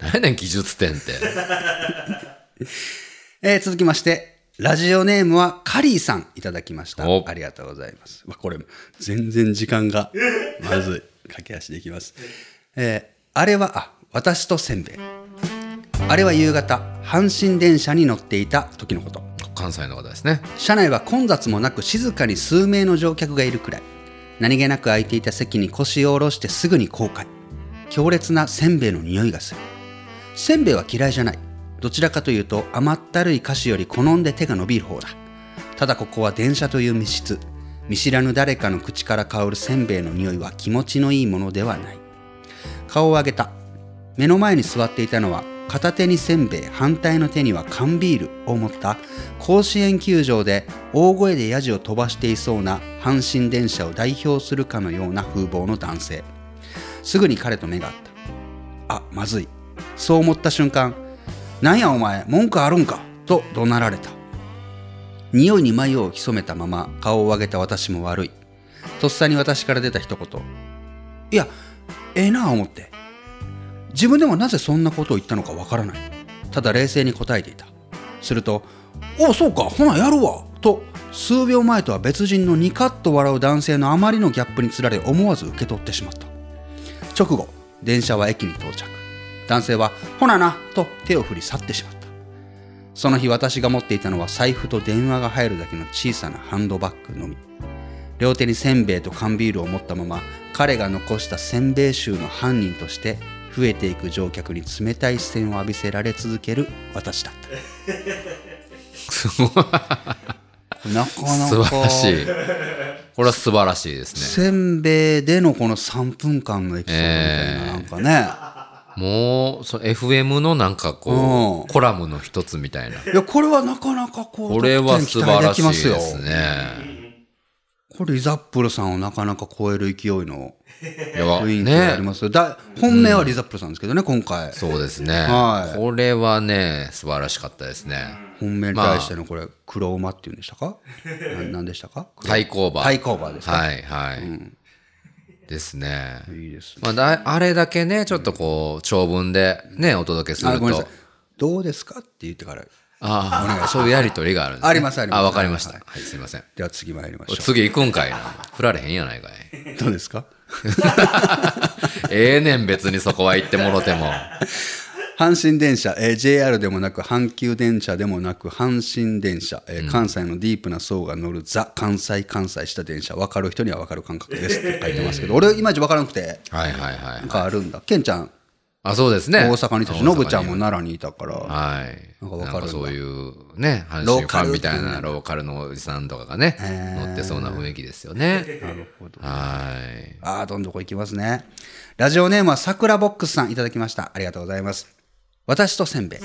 B: 何やねん、技術点って。
A: えー続きまして、ラジオネームはカリーさんいただきました。
B: お
A: ありがとうございます。わこれ、全然時間がまずい。駆け足でいきます。えーあれはあ私とせんべいあれは夕方阪神電車に乗っていた時のこと
B: 関西の方ですね。
A: 車内は混雑もなく静かに数名の乗客がいるくらい何気なく空いていた席に腰を下ろしてすぐに後悔強烈なせんべいの匂いがするせんべいは嫌いじゃないどちらかというと甘ったるい菓子より好んで手が伸びる方だただここは電車という密室見知らぬ誰かの口から香るせんべいの匂いは気持ちのいいものではない顔を上げた目の前に座っていたのは片手にせんべい反対の手には缶ビールを持った甲子園球場で大声でヤジを飛ばしていそうな阪神電車を代表するかのような風貌の男性すぐに彼と目が合ったあまずいそう思った瞬間「なんやお前文句あるんか」と怒鳴られた匂いに眉を潜めたまま顔を上げた私も悪いとっさに私から出た一言いやええなあ思って自分でもなぜそんなことを言ったのかわからないただ冷静に答えていたすると「おうそうかほなやるわ」と数秒前とは別人のニカッと笑う男性のあまりのギャップにつられ思わず受け取ってしまった直後電車は駅に到着男性は「ほなな」と手を振り去ってしまったその日私が持っていたのは財布と電話が入るだけの小さなハンドバッグのみ両手にせんべいと缶ビールを持ったまま彼が残したせんべい臭の犯人として増えていく乗客に冷たい視線を浴びせられ続ける私だ ったなかな
B: 素
A: か
B: 晴らしい。これは素晴らしいですね。
A: せんべいでのこの3分間のエピソードみたいな、なんかね
B: もう、そ FM のなんかこ
A: うん
B: う、コラムの一つみたいな。
A: いやこれはなかなかこう
B: これは素晴らし
A: 得点期待き
B: いで
A: ますよ
B: ね。
A: これイザップルさんをなかなか超える勢いの
B: いや
A: 雰囲気がありますよ、だ本命はリザップルさんですけどね、今回
B: そうですね、
A: はい
B: これはね、素晴らしかったですね。
A: 本命に対してのこれ、黒馬っていうんでしたかななんでしたか
B: 対抗馬。
A: 対抗馬ですか
B: はい、はい。ですね。
A: いいです
B: まあ、だあれだけね、ちょっとこう、長文でね、お届けす
A: あ
B: る
A: ごめんなさ
B: と
A: い。どうですかって言ってから
B: ああ、そういうやりとりがあるんです、ね。
A: ありますあります
B: あ、わかりました。
A: は
B: はい、すいません。
A: では次参りましょ
B: 次行くんかいな。振られへんやないかい。
A: うどうですか
B: ええねん、別にそこは行ってもろても。
A: 阪神電車、えー JR でもなく阪急電車でもなく阪神電車、えー関西のディープな層が乗るザ関西関西した電車分かる人には分かる感覚です って書いてますけど俺いまいち分からなくて
B: はいはいはい
A: なん。かあるんだケンちゃん
B: あ、そうですね。
A: 大阪にいたしノブちゃんも
B: ね。
A: 奈良にいたから
B: はい。
A: な
B: なん
A: か
B: んか
A: わかるんだ
B: そういうね、阪神ファンみたいなローカルのおじさんとかがね、乗ってそうな雰囲気ですよね。なるほど。はい。
A: ああどんどこ行きますねラジオネームは桜ボックスさんいただきましたありがとうございます私とせんべい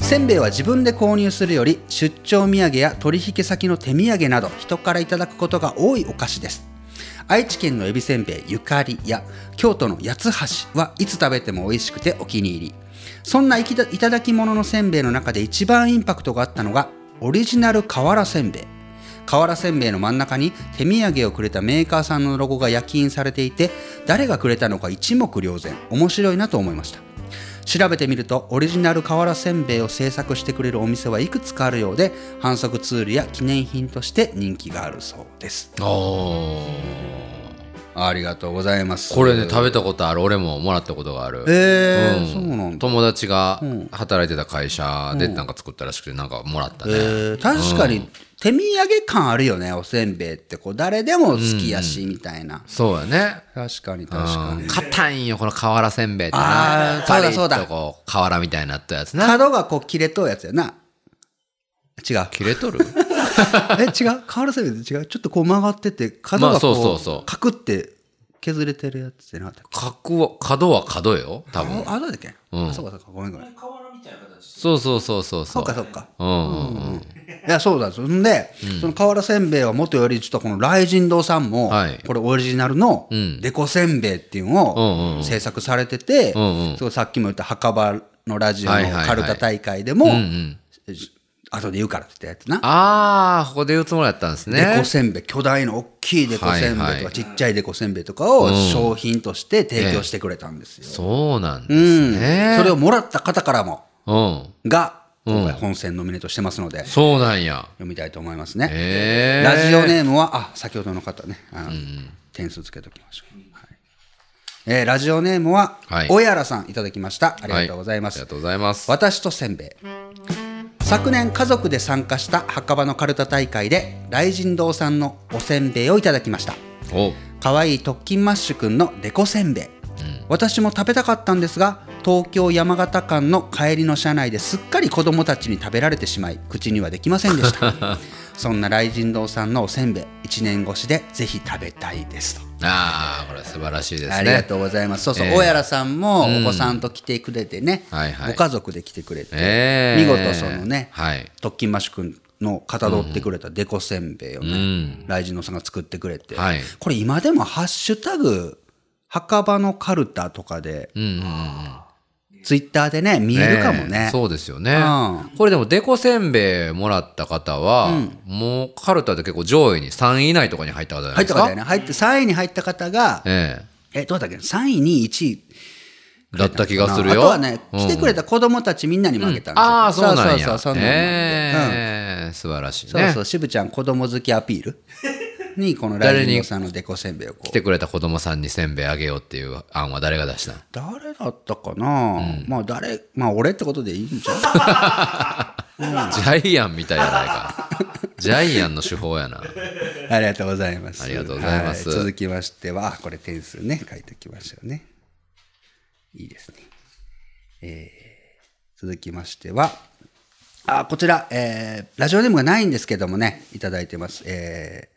A: せんべいは自分で購入するより出張土産や取引先の手土産など人からいただくことが多いお菓子です愛知県のエビせんべいゆかりや京都の八つ橋はいつ食べても美味しくてお気に入りそんないきだいただき物のせんべいの中で一番インパクトがあったのがオリジナル瓦せんべい瓦せんべいの真ん中に手土産をくれたメーカーさんのロゴが焼き印されていて誰がくれたのか一目瞭然面白いなと思いました調べてみるとオリジナル瓦せんべいを制作してくれるお店はいくつかあるようで反則ツールや記念品として人気があるそうです
B: おー
A: ありがとうございます
B: これね食べたことある俺ももらったことがある
A: えーそうなんだ
B: 友達が働いてた会社でなんか作ったらしくてなんかもらったね、
A: えー確かに手土産感あるよねおせんべいってこう誰でも好きやしみたいな、
B: そうやね
A: 確かに確かに、
B: 硬いんよこの瓦せんべいって
A: あー
B: な
A: そうだそうだ
B: パリッとこう瓦みたいになったやつな
A: 角がこう切れとうやつやな違う
B: 切れとる
A: え違う瓦せんべいって違うちょっとこう曲がってて角
B: ま
A: が
B: あ
A: こ,、
B: そううそうそう
A: カクって削れてるやつじゃなかったっけ
B: 角は角は角よ多分
A: ああどうだっけ、
B: うん
A: あそうかそうかごめんごめん
C: 瓦みたいな形して
B: そうそうそうそう
A: そ
B: そう
A: うかそうか
B: うんうんうん
A: いやそうなんですよんで、その瓦せんべいはもとより実はこの雷神堂さんも、
B: はい
A: これオリジナルの
B: うん
A: デコせんべいっていうの
B: うんう
A: を
B: ん
A: 制作されてて、
B: うんうん
A: そうさっきも言った墓場のラジオ
B: はいは
A: の
B: いはい
A: カルタ大会でも、
B: うんうん
A: 後で言うからって言ったやつな、
B: ああここで言うつもりだったんです
A: デ
B: ね
A: コせんべい巨大の大きいデコせんべいとか、
B: はいはい
A: ちっちゃいデコせんべいとかを商品として提供してくれたんですよ、
B: そうなんですね、
A: それをもらった方からも
B: うん
A: が今回本戦ノミネートしてますので、
B: そうなんや
A: 読みたいと思いますね、
B: えー、
A: ラジオネームは、あ、先ほどの方ね、あの、点数つけときましょう。はいえーラジオネームは、
B: はい
A: おやらさんいただきました。ありがとうございます。
B: ありがとうございます。
A: 私とせんべい昨年家族で参加した墓場のかるた大会で雷神堂さんのおせんべいをいただきました
B: お、
A: 可愛い特勤マッシュくんのデコせんべい、私も食べたかったんですが東京山形間の帰りの車内ですっかり子供たちに食べられてしまい口にはできませんでした そんな雷神堂さんのおせんべい1年越しでぜひ食べたいですと
B: ああ、これは素晴らしいですね。
A: ありがとうございます。そうそう、
B: ええ
A: 大原さんもお子さんと来てくれてね、
B: はいはい
A: ご家族で来てくれて、
B: ええ
A: 見事そのね、
B: はい
A: 特勤マッシュ君のかたどってくれたデコせんべいをね、ライジンのさんが作ってくれて、
B: はい
A: これ今でもハッシュタグ、墓場のカルタとかで、
B: うんうんうん。
A: ツイッターでね、見えるかもね。
B: えそうですよね、
A: う
B: これでもデコせんべいもらった方は、もうカルタで結構上位に3位以内とかに入った方じゃな
A: 入
B: い
A: っ
B: で
A: た
B: すか
A: 方やね。入って、3位に入った方が、
B: え
A: え、どうだっけ ?3 位、2位、1位。
B: えだった気がするよ
A: あとはね、
B: うん
A: 来てくれた子供たちみんなにもあげたんですよ。
B: ああそうな
A: そ
B: んや
A: うそうそう、そんなんもあってうん
B: ええ素晴らしいね
A: そうそう、渋ちゃん子供好きアピー ルに、このライジンさんのデコせんべいをこ
B: 来
A: う。
B: てくれた子供さんにせんべいあげようっていう案は誰 が出したん
A: 誰だったかな、まあ誰、まあ俺ってことでいいんじゃ
B: ジャイアンみたいじゃないかジャイアンの手法やな
A: うありがとうございます。
B: ありがとうございます
A: は続きましては、あこれ点数ね、書いておきましたよね。いいですね。えー、続きましては、あ、こちら、えー、ラジオネームがないんですけどもね、いただいてます。え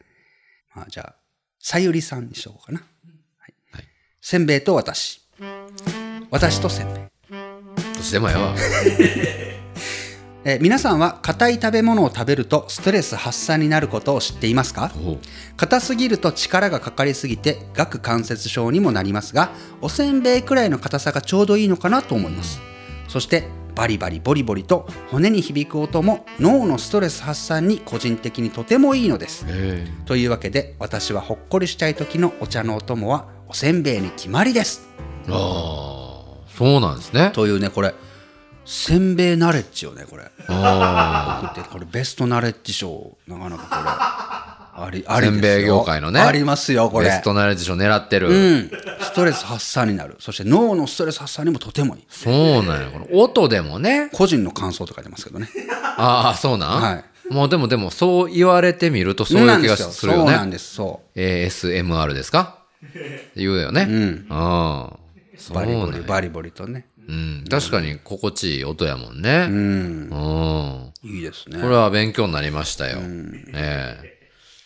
A: ー、まあじゃあ、さゆりさんにしようかな。せんべいと私。私とせんべい。
B: どっちでもええわ
A: えー皆さんは硬い食べ物を食べるとストレス発散になることを知っていますか
B: おう
A: 硬すぎると力がかかりすぎて顎関節症にもなりますがおせんべいくらいの硬さがちょうどいいのかなと思いますそしてバリバリボリボリと骨に響く音も脳のストレス発散に個人的にとてもいいのです
B: え
A: というわけで私はほっこりしたい時のお茶のお供はおせんべいに決まりです
B: えああそうなんですね
A: というねこれせんべいナレッジをねこれ
B: あ
A: 送ってこれベストナレッジ賞なかなかこれありあ
B: あ
A: りです
B: せ
A: よ
B: んべい業界のね
A: ありますよこれ
B: ベストナレッジ賞狙ってる、
A: うんストレス発散になるそして脳のストレス発散にもとてもいい
B: そうなんやこの音でもね
A: 個人の感想と書いてますけどね
B: ああそうなん、
A: はい
B: もうでもでもそう言われてみるとそういう気がする
A: そう
B: よ
A: なん
B: ね
A: ですそう
B: ASMR です か言うよねうんああそう
A: バ
B: な
A: リボ
B: ん
A: リ
B: や
A: バリボリとね
B: うん確かに心地いい音やもんねうん
A: いいです
B: こ
A: ね
B: れは勉強になりましたよ、ええ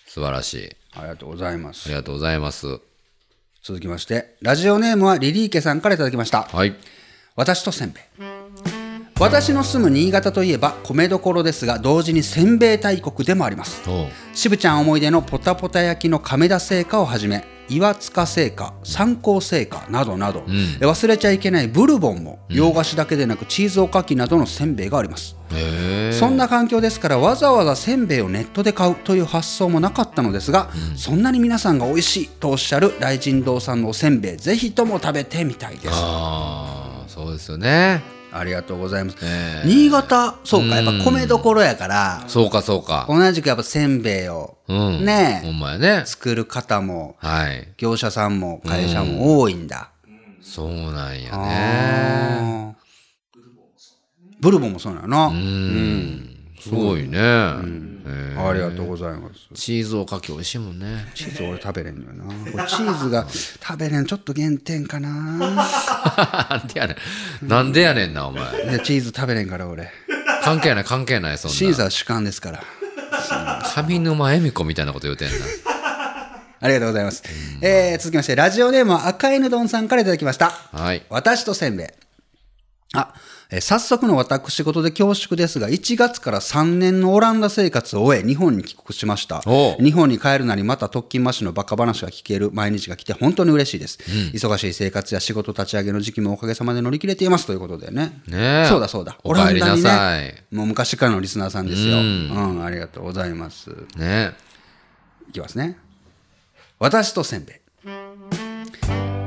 B: 素晴らしい
A: ありがとうございま
B: あ
A: す
B: りがとうございます
A: 続きましてラジオネームはリリーケさんからいただきました
B: はい
A: 私とせんべい私の住む新潟といえば米どころですが同時にせんべい大国でもあります
B: おう
A: しぶちゃん思い出のポタポタ焼きの亀田製菓をはじめ岩塚製菓三幸製菓などなど、え忘れちゃいけないブルボンも洋菓子だけでなくチーズおかきなどのせんべいがあります、
B: え
A: そんな環境ですからわざわざせんべいをネットで買うという発想もなかったのですが、そんなに皆さんが美味しいとおっしゃる雷神堂さんのおせんべいぜひとも食べてみたいです
B: ああそうですよね
A: ありがとうございます、
B: え
A: 新潟そうかやっぱ米どころやから
B: そうかそうか
A: 同じくやっぱせんべいを
B: うん
A: ねえ
B: ほんまやね
A: 作る方も
B: はい
A: 業者さんも会社も多いんだ。
B: そうなんや
A: あ
B: ね。
A: ーブルボンもそうなのな、
B: うん。すごいね。え
A: ありがとうございます。
B: ーチーズおかき美味しいもんね。
A: チーズ俺食べれんのよな。これチーズ が食べれん、ちょっと減点かな。
B: なんでやねん。なんでやねんな、お前。
A: いやチーズ食べれんから俺。
B: 関係ない、関係ない、そ
A: チ
B: ん
A: ー
B: な。
A: ズは主観ですから。
B: 上沼恵美子みたいなこと言うてんな。
A: ありがとうございます。えー、続きまして、ラジオネームは赤犬丼さんからいただきました。
B: はい。
A: 私とせんべい。あ、えー早速の私事で恐縮ですが、1月から3年のオランダ生活を終え、日本に帰国しました。
B: おう
A: 日本に帰るなり、また特勤マッシュのバカ話が聞ける毎日が来て、本当に嬉しいです、忙しい生活や仕事立ち上げの時期もおかげさまで乗り切れていますということでね。
B: ねえ
A: そうだそうだ。
B: お帰り
A: オラ
B: なさい
A: ンダにねもう昔からのリスナーさんですよ。うん、ありがとうございます。
B: ね。
A: いきますね。私とせんべい。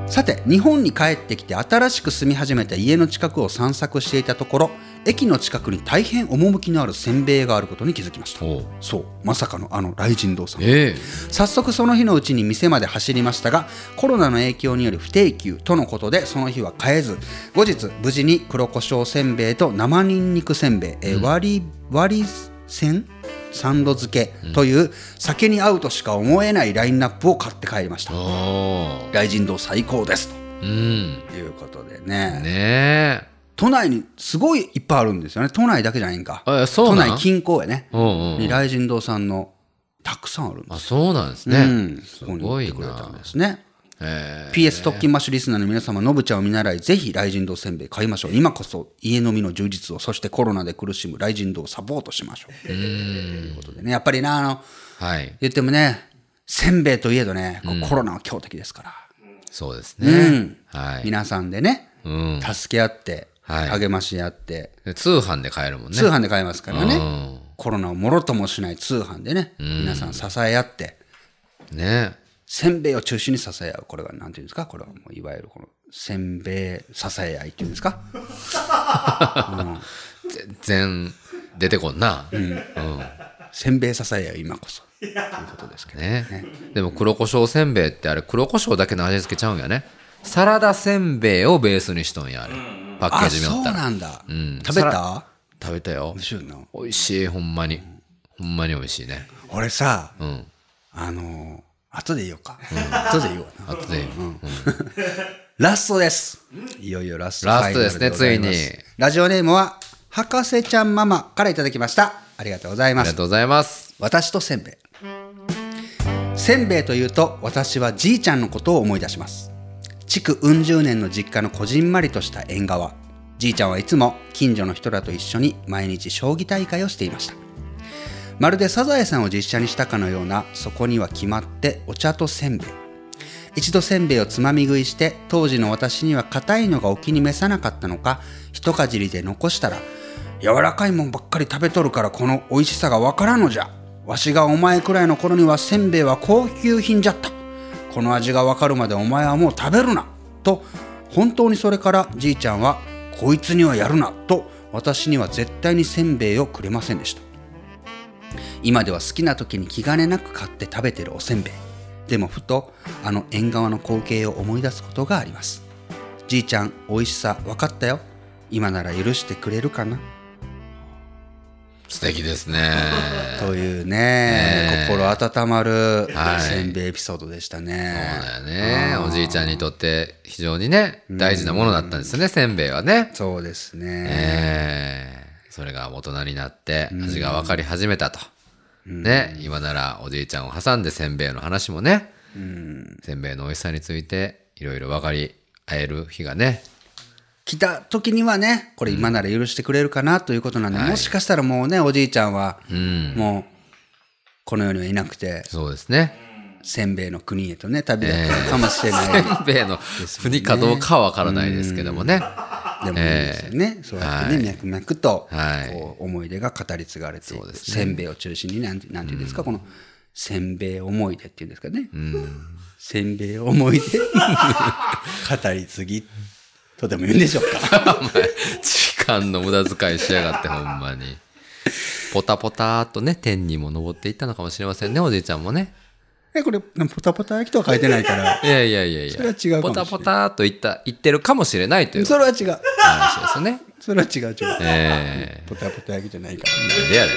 A: さて、日本に帰ってきて新しく住み始めた家の近くを散策していたところ、駅の近くに大変趣のあるせんべいがあることに気づきました
B: おう
A: そうまさかのあの雷神堂さん
B: ええ
A: 早速その日のうちに店まで走りましたがコロナの影響により不定休とのことでその日は買えず後日無事に黒胡椒せんべいと生にんにくせんべい、えー割り割りせんサンド漬けという酒に合うとしか思えないラインナップを買って帰りました
B: お
A: 雷神堂最高です
B: ーうん。
A: ということでね
B: ねえ。
A: 都内にすごいいっぱいあるんですよね都内だけじゃないんか
B: あそう
A: 都
B: なん
A: 内近郊やね
B: うんうん
A: に雷神堂さんのたくさんあるんです
B: あ、そうなんですね。
A: うん
B: すごい
A: ここに行ってくれたん
B: な
A: で。すね
B: え
A: PS 特勤マッシュリスナーの皆様、のぶちゃんを見習い、ぜひ雷神堂せんべい買いましょう。今こそ家飲みの充実を、そしてコロナで苦しむ雷神堂をサポートしましょう。ということでね、やっぱりな、あの、
B: えはい。
A: 言ってもね、せんべいといえどね、こうコロナは強敵ですから、
B: そうですね。はい。
A: 皆さんでね、
B: うん。
A: 助け合って、
B: はい
A: 励まし合って、
B: で通販で買えるもんね。
A: 通販で買えますからね、
B: うん
A: コロナをもろともしない通販でね、皆さん支え合って、
B: ね
A: せんべいを中心に支え合う。これがなんていうんですかこれはもういわゆるこの、せんべい支え合いっていうんですか
B: 全然出てこんな。うん。
A: せんべい支え合い今こそ。ということですけど。
B: ねでも黒胡椒せんべいってあれ黒胡椒だけの味付けちゃうんやね。サラダせんべいをベースにしとんや、あれ。パッケー
A: あ、
B: ジに
A: そ
B: よ
A: う
B: ったら。
A: なんだ。
B: ん
A: 食べ
B: さ
A: た
B: 食べたよ。
A: 美味しいよな
B: 美味しい、ほんまに。ほんまに美味しいね。
A: 俺さ、
B: うん。
A: あのー、後で言おうか。後で言おうかな。
B: あとで、
A: ラストです。いよいよラスト。
B: ラストですね
A: ファイナルござ
B: つい
A: ま
B: に
A: す。ラジオネームは、博士ちゃんママからいただきました。ありがとうござい
B: あ
A: ま
B: りが
A: す。
B: とうございます。
A: 私とせんべい。せんべいというと、私はじいちゃんのことを思い出します。築うん十年の実家のこじんまりとした縁側。じいちゃんはいつも近所の人らと一緒に毎日将棋大会をしていました。まるでサザエさんを実写にしたかのようなそこには決まってお茶とせんべい一度せんべいをつまみ食いして当時の私には硬いのがお気に召さなかったのか一かじりで残したら柔らかいもんばっかり食べとるからこの美味しさがわからんのじゃわしがお前くらいの頃にはせんべいは高級品じゃったこの味がわかるまでお前はもう食べるなと本当にそれからじいちゃんはこいつにはやるなと私には絶対にせんべいをくれませんでした今では好きな時に気兼ねなく買って食べてるおせんべいでもふとあの縁側の光景を思い出すことがありますじいちゃん美味しさ分かったよ今なら許してくれるかな
B: 素敵ですね。
A: というね、心温まる
B: はい
A: せんべいエピソードでしたね
B: そう、だよね。おじいちゃんにとって非常にね、大事なものだったんですよね、せんべいはね。
A: そうですね
B: ええそれが大人になって味が分かり始めたと。ね、今ならおじいちゃんを挟んでせんべいの話もね、せんべいの美味しさについていろいろ分かり合える日がね、
A: 来た時にはねこれ今なら許してくれるかなということなんで、もしかしたらもうねおじいちゃんは、もうこの世にはいなくて
B: そうです ね。
A: せんべいの国へとね旅立ったのかもしれない、
B: せんべいの国かどうかは分からないですけどもね。
A: でもいいですよね、そうやってね、脈々と
B: はい
A: こう思い出が語り継がれていく、
B: そうです
A: せんべいを中心になんてなんていうんですか、このせんべい思い出っていうんですかね、せんべい思い出語り継ぎとでも言うんでしょう か
B: 時間の無駄遣いしやがって、ほんまに。ポタポターっとね、天にも登っていったのかもしれませんね、おじいちゃんもね。
A: えこれポタポタ焼きとは書いてない から
B: いやいやいやいや。
A: それは違うかもしれない
B: ポタポターっと言った、言ってるかもしれないという
A: それは違う
B: 話ですね。
A: それは違う違う、
B: え
A: ポタポタ焼きじゃないから
B: えでやで。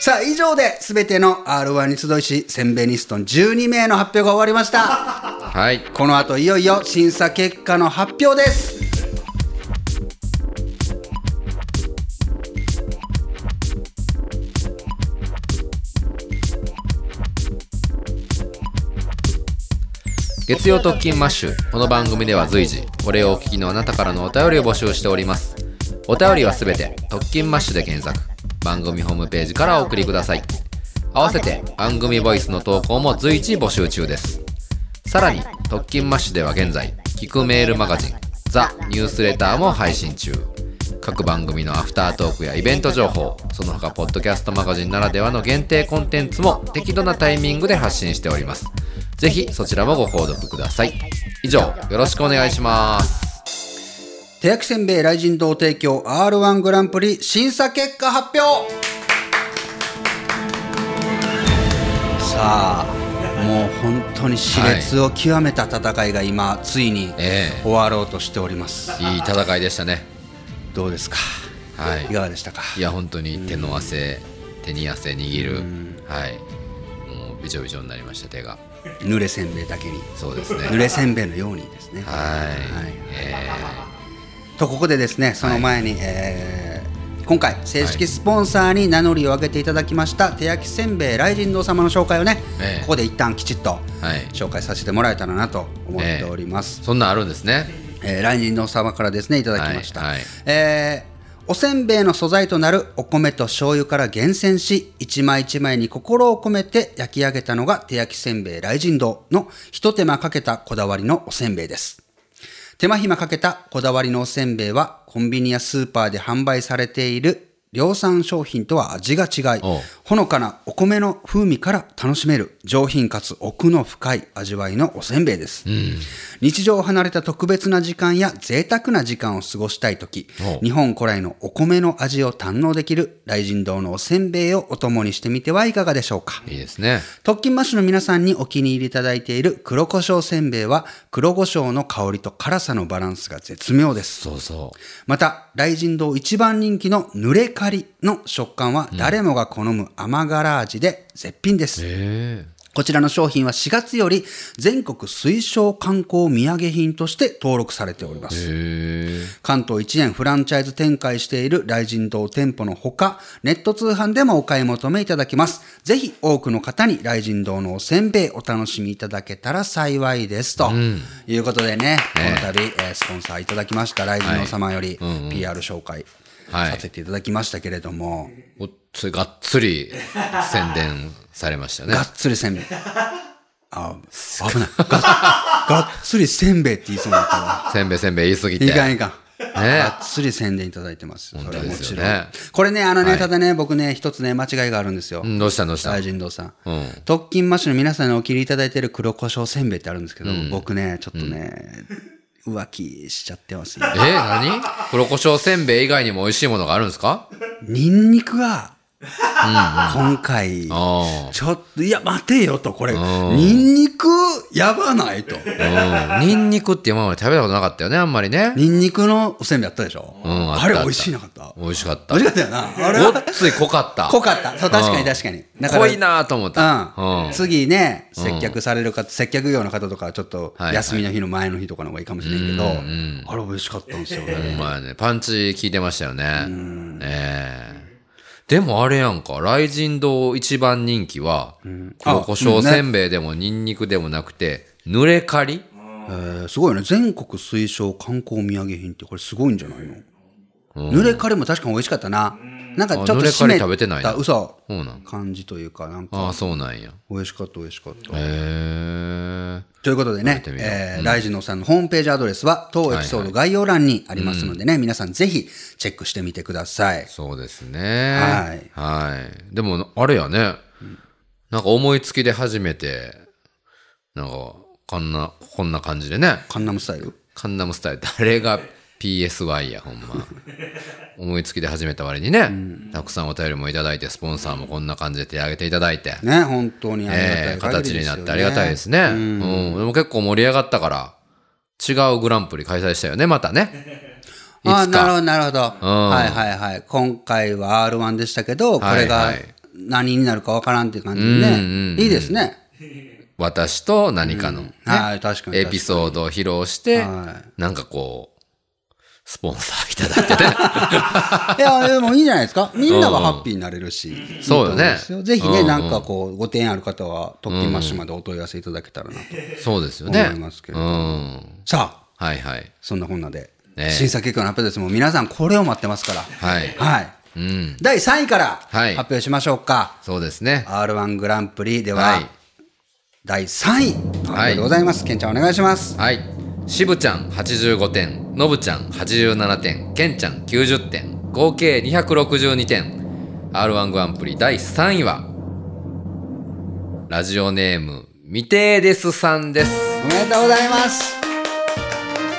A: さあ、以上で全ての R1 に集いし、センベニストン12名の発表が終わりました。
B: はい。
A: この後いよいよ審査結果の発表です
B: 月曜特勤マッシュ。この番組では随時、これをお聞きのあなたからのお便りを募集しております。お便りはすべて、特勤マッシュで検索。番組ホームページからお送りください。合わせて、番組ボイスの投稿も随時募集中です。さらに、特勤マッシュでは現在、聞くメールマガジン、ザ・ニュースレターも配信中。各番組のアフタートークやイベント情報、その他、ポッドキャストマガジンならではの限定コンテンツも適度なタイミングで発信しております。ぜひ、そちらもご購読ください。以上、よろしくお願いします。
A: 手焼きせんべい雷神堂提供 R1 グランプリ審査結果発表さあもう本当に熾烈を極めた戦いが今ついに
B: ええ
A: 終わろうとしております、
B: いい戦いでしたね。
A: どうですか、
B: はい
A: いかがでしたか
B: いや本当に手の汗、手に汗握る、はいもうびちょびちょになりました手が
A: 濡れせんべいだけに
B: そうです ね
A: 濡れせんべいのようにですね
B: はい、え
A: とここでですねその前に、えー今回正式スポンサーに名乗りを上げていただきました、手焼きせんべい雷神堂様の紹介をね、
B: ええ
A: ここで一旦きちっと
B: はい
A: 紹介させてもらえたらなと思っております
B: ー、そんなんあるんですね
A: えー、来人の様からですねいただきました、
B: はいはい
A: えーおせんべいの素材となるお米と醤油から厳選し一枚一枚に心を込めて焼き上げたのが手焼きせんべい雷神堂のひと手間かけたこだわりのおせんべいです手間暇かけたこだわりのおせんべいはコンビニやスーパーで販売されている量産商品とは味が違い
B: おう
A: ほのかなお米の風味から楽しめる上品かつ奥の深い味わいのおせんべいです、日常を離れた特別な時間や贅沢な時間を過ごしたい時
B: おう
A: 日本古来のお米の味を堪能できる雷神堂のおせんべいをお供にしてみてはいかがでしょうか
B: いいですね
A: 特勤マッシュの皆さんにお気に入りいただいている黒胡椒せんべいは黒胡椒の香りと辛さのバランスが絶妙です
B: そうそう
A: また雷神堂一番人気のぬれかりの食感は誰もが好む甘辛味で絶品です、
B: え
A: こちらの商品は4月より全国推奨観光土産品として登録されておりま
B: え
A: す
B: へえ
A: 関東一円フランチャイズ展開している雷神堂店舗のほかネット通販でもお買い求めいただけますぜひ多くの方に雷神堂のおせんべいお楽しみいただけたら幸いですと、いうことでねこの度、えースポンサーいただきました雷神堂様より PR 紹介
B: はい
A: させていただきましたけれども、
B: おつがっつり宣伝されましたね
A: がっつりせん べいあ危ないががっつりせんべいって言いそうになったわ
B: せんべいせんべい言いすぎて
A: いかんいかん。
B: ね
A: がっつり宣伝いただいてます。
B: 本当です
A: そ
B: よね
A: れはもちろんこれね、あのね、
B: はい
A: ただね、僕ね、一つね、間違いがあるんですよ
B: う。んどうしたどうした
A: 大神堂さん
B: うん。
A: 特勤マッシュの皆さんにお切りいただいてる黒胡椒せんべいってあるんですけど、僕ね、ちょっとね、浮気しちゃってますね。
B: え何黒胡椒せんべい以外にも美味しいものがあるんですか
A: ニンニクが、今回、
B: あ
A: ちょっと、いや、待てよと、これ、
B: ん
A: ニンニク、やばない と。
B: あうんニンニクって今まで食べたことなかったよねあんまりね
A: ニンニクのおせんべいあったでしょ
B: うんあった
A: あれ
B: あった
A: 美味しいなかった
B: 美味しかった
A: 美味しかったよな。あれ
B: ごっつい濃かった
A: 濃かった。そう、確かに確かに。だから
B: 濃いなと思った。
A: うん、
B: うん
A: 次ね、接客される方、接客業の方とか、ちょっと
B: はいはい
A: 休みの日の前の日とかの方がいいかもしれないけど、
B: うんうん
A: あれ美味しかったんですよ
B: ほん
A: ね。
B: まやね。パンチ効いてましたよね。ええでもあれやんか、雷神堂一番人気は、黒胡椒せんべいでもニンニクでもなくて、濡れかり
A: えーすごいよね。全国推奨観光土産品ってこれすごいんじゃないの、濡れカレーも確かに美味しかったな。なんかちょっと
B: あ濡れ
A: 湿
B: カ
A: っ
B: レ
A: た
B: ー食べてないな
A: 嘘
B: そうなん。
A: 感じというか、なんか
B: ああ、そうなんや。
A: 美味しかった美味しかった。
B: ええ
A: ということでね、
B: 食べてみよう
A: えー、ライジン堂さんのホームページアドレスは当エピソード概要欄にありますのでね、皆さんぜひチェックしてみてください。
B: そうですね。
A: はい。
B: はい。でも、あれやね。なんか思いつきで初めて、なんか、こんな、こんな感じでね。
A: カンナムスタイル
B: カンナムスタイル、誰が PSY や、ほんま。思いつきで始めた割にね、たくさんお便りもいただいて、スポンサーもこんな感じで手挙げていただいて、
A: ね、本当にありがた
B: え
A: い
B: ー
A: 限り
B: 形
A: で
B: に
A: すよ
B: な
A: ね、
B: ってありがたいですね。うん、でも結構盛り上がったから、違うグランプリ開催したよね、またね。い
A: ああ、
B: つ
A: なるほ
B: か。
A: ど、なるほど。はいはいはい。今回は R1 でしたけど、これ
B: は
A: が
B: いはい
A: 何になるかわからんっていう感じでね。
B: うんうん
A: いいですね。
B: 私と何かのね、
A: はい、確かに確かに。
B: エピソードを披露して、
A: は
B: なんかこう、スポンサーいただいてね。
A: いや、でもいいんじゃないですか。みんながハッピーになれるし。
B: そうよね
A: いいと思んですよぜひ
B: うんう
A: ね、
B: ん
A: なんかこう、ご提案ある方は、特訓マッシュまでお問い合わせいただけたらなと。
B: そうですよね。
A: 思いますけれ
B: う
A: ど
B: ん。
A: さあ、
B: はいはい。
A: そんなこんなで、
B: ね
A: 審査結果の発表です。もう皆さんこれを待ってますから。
B: はい。
A: はい。
B: うん。
A: 第3位から
B: は
A: 発
B: い
A: 表しましょうか。
B: そうですね。
A: R1 グランプリでは、
B: はい。
A: 第3位発表でございます、けんちゃんお願いします
B: はい。しぶちゃん85点、のぶちゃん87点、けんちゃん90点、合計262点。R1 グランプリ第3位は、ラジオネーム、未定ですさんです。
A: おめでとうございます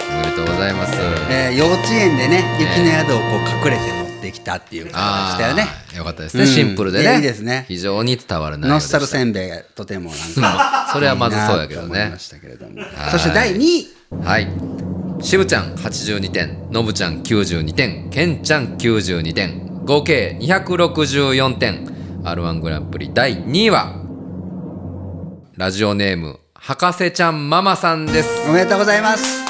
B: おめでとうございます。
A: えー幼稚園でね雪の宿をこう隠れて持ってきたっていう感じでしたよね、
B: あーよかったです
A: う
B: ね。
A: ん
B: シンプルでね。
A: いいですね
B: 非常に伝わる内容
A: ノ
B: で
A: スタル
B: した。
A: せんべいがとてもなん
B: うん
A: か
B: それはまずそうやけど
A: いいなと思い
B: ね
A: ま。したけれども
B: い
A: そして第2位
B: はい。しぶちゃん82点、のぶちゃん92点、けんちゃん92点、合計264点。R1 グランプリ第2位は、ラジオネーム、博士ちゃんママさんです。
A: おめでとうございます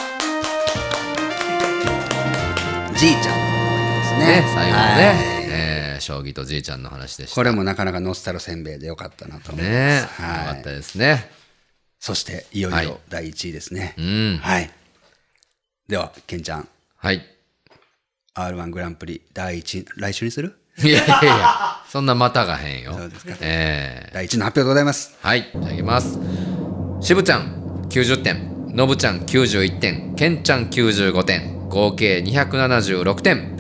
A: じいちゃんの方
B: ね
A: で、すね
B: 最後のね
A: はい、
B: えー将棋とじいちゃんの話でした。
A: これもなかなかノスタルせんべいでよかったなと思います、
B: ね、
A: は
B: よか
A: い
B: ったですね。
A: そしていよ
B: はいい
A: よ第1位ですね
B: うん。
A: はい、ではケンちゃん
B: はい。
A: r 1グランプリ第1来週にする
B: いやいやいや、そんなまたがへんよ。
A: そうですか
B: えー
A: 第1の発表でございます
B: はい、いただきます。しぶちゃん90点、のぶちゃん91点、けんちゃん95点、合計276点。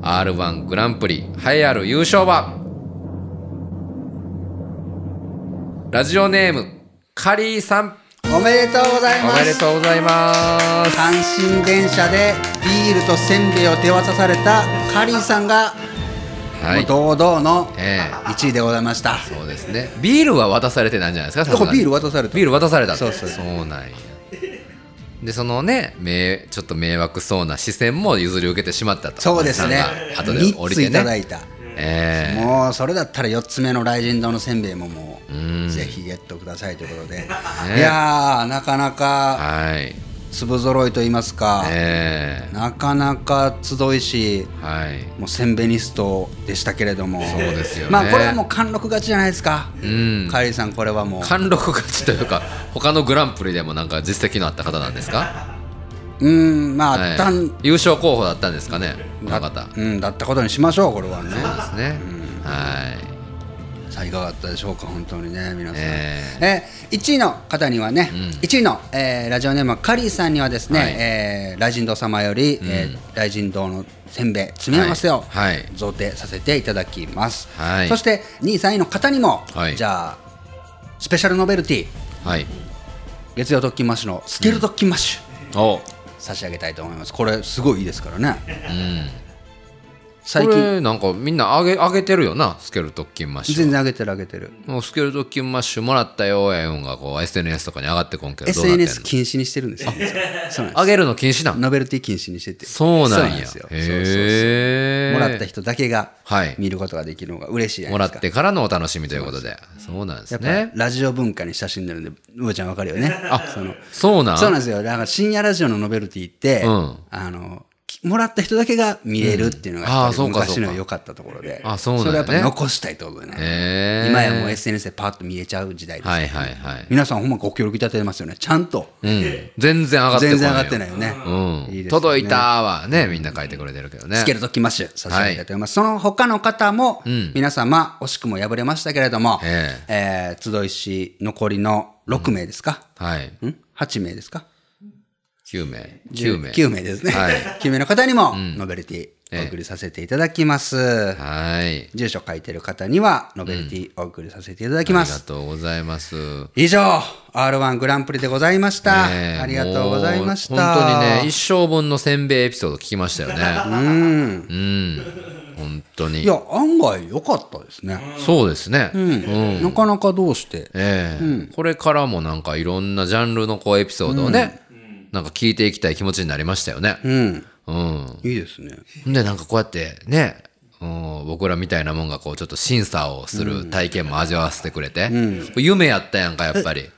B: R1 グランプリ栄えある優勝は、ラジオネーム、カリーさん。
A: おめでとうございま
B: お
A: す
B: めでとうございます。
A: 阪神電車でビールとせんべいを手渡されたカリーさんが
B: はい。
A: もう堂々の
B: ええ
A: 1位でございました、
B: そうですね。ビールは渡されてないんじゃないですか、さす
A: こ
B: が
A: こ
B: に
A: ビール渡された
B: ビール渡されたって
A: そうそう
B: そうなんやでそのねめちょっと迷惑そうな視線も譲り受けてしまったと
A: そうですね
B: さんが後で降
A: 3
B: り
A: つ
B: て
A: いただ
B: ね
A: いた、
B: ええ
A: もうそれだったら4つ目の雷神堂のせんべいもも
B: うん
A: うぜひゲットくださいということで、いやーなかなか
B: はい
A: 粒揃いと言いますか、
B: ええ
A: なかなか集いし
B: はい
A: もうせんべいニストでしたけれどもそう
B: ですよね
A: まあこれはもう貫禄勝ちじゃないですか、
B: うん
A: カイリーさんこれはもう
B: 貫禄勝ちというか他のグランプリでもなんか実績のあった方なんですか、
A: うんまあ、
B: はい
A: たん
B: 優勝候補だったんですかねこの方
A: うん、だったことにしましょうこれはね
B: そうですねはい
A: さあいかがだったでしょうか本当にね皆さん、
B: え
A: え1位の方にはね、1位の、えーラジオネームカリーさんにはですね、
B: はい
A: えー雷神堂様より、えー雷神堂のせんべい詰め合わせを、
B: はいはい
A: 贈呈させていただきます、
B: はい
A: そして2位3位の方にも、
B: はい
A: じゃあスペシャルノベルティ
B: はい
A: 月曜特勤マッシュのスキル特勤マッシュ、
B: お
A: 差し上げたいと思いますこれすごいいいですからね
B: うん
A: 最
B: こ
A: 近
B: れなんかみんなあげあげてるよなスケルトッキンマッシュ
A: 全然上げてる上げてる
B: もうスケルトッキンマッシュもらったよやよんがこう SNS とかに上がってこんけどどうなってんの
A: SNS 禁止にしてるんですよ実はそうなんです
B: 上げるの禁止なん
A: ノベルティ禁止にしてて
B: そうなんや
A: ですよそうそうそう
B: へえ
A: もらった人だけが
B: はい
A: 見ることができるのが嬉しいじゃな
B: も
A: い
B: ら
A: で
B: っ
A: すか
B: てからのお楽しみということでそうなんです
A: やっ
B: ね
A: ぱラジオ文化に親しんでるんでうーちゃんわかるよねあその
B: そうなん
A: そうなんですよだから深夜ラジオのノベルティって、
B: うん
A: あのきもらった人だけが見れるっていうのが
B: うん
A: やっぱ
B: あー
A: り
B: そうかそう
A: 昔
B: か
A: の良かったところで
B: あそうなん
A: れ
B: やね
A: はやっぱ残したいってことでね、
B: へえ
A: 今やもう SNS でパッと見えちゃう時代です、
B: はいはいはい
A: 皆さんほんまご協力いただいてますよねちゃんと
B: うん全然上がってこ
A: 全然上がってな
B: な
A: いいよね、
B: うん
A: いいですよね
B: 届いたはねみんな書いてくれてるけどね
A: つけるときましゅ差し上げたいと思います、その他の方も、
B: ん
A: 皆様惜しくも敗れましたけれども、
B: え
A: えー集いし残りの6名ですか、
B: はい
A: ん8名ですか
B: 9名9名
A: 9名ですね、
B: はい
A: 9名の方にもノベルティお送りさせていただきます、
B: はい
A: 住所書いてる方にはノベルティお送りさせていただき
B: あ
A: ま
B: りが
A: す、
B: とうございます
A: 以上 R1 グランプリでございました、
B: ねえ
A: ありがとうございました
B: もう本当にね、一生分のせんべいエピソード聞きましたよね。うん。本当に。
A: いや案外良かったですね、
B: そうですね。うん。
A: なかなかどうして
B: ええこれからもなんかいろんなジャンルのこうエピソードをね、なんか聞いていきたい気持ちになりましたよね。
A: うん
B: うん。
A: いいですね
B: で、なんかこうやってね、うん、僕らみたいなもんがこうちょっと審査をする体験も味わわせてくれて、これ夢やったやんか、やっぱり。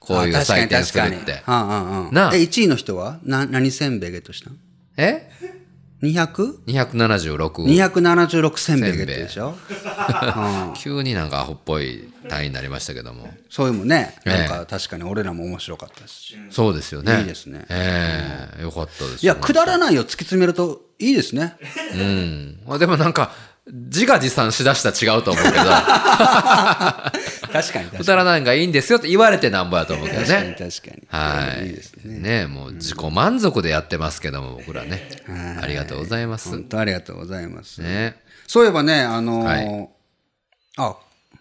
B: こういう
A: あ
B: 採点するっ
A: 確かに
B: て
A: 確。かにうんうんうん
B: なあ
A: え、1位の人はな何せんべいゲットしたの
B: え
A: ?200?276
B: ?276。
A: せんべいゲットでしょ
B: 急になんかアホっぽい単位になりましたけども
A: そういうもね、
B: ええ
A: なんか確かに俺らも面白かったし。
B: そうですよね
A: いいですね
B: ええよかったです
A: いや、くだらないを突き詰めるといいですね。
B: うんまあでもなんか自画自賛しだしたら違うと 思うけど
A: 確かに確かに。
B: くだらないんがいいんですよって言われてなんぼやと思うけど
A: 確かに
B: ね
A: 確かに。
B: はい
A: いいですね。
B: ねもう自己満足でやってますけども僕らねありがとうございます
A: 本当ありがとうございます。
B: ね
A: そういえばね、あのー
B: はい
A: あ、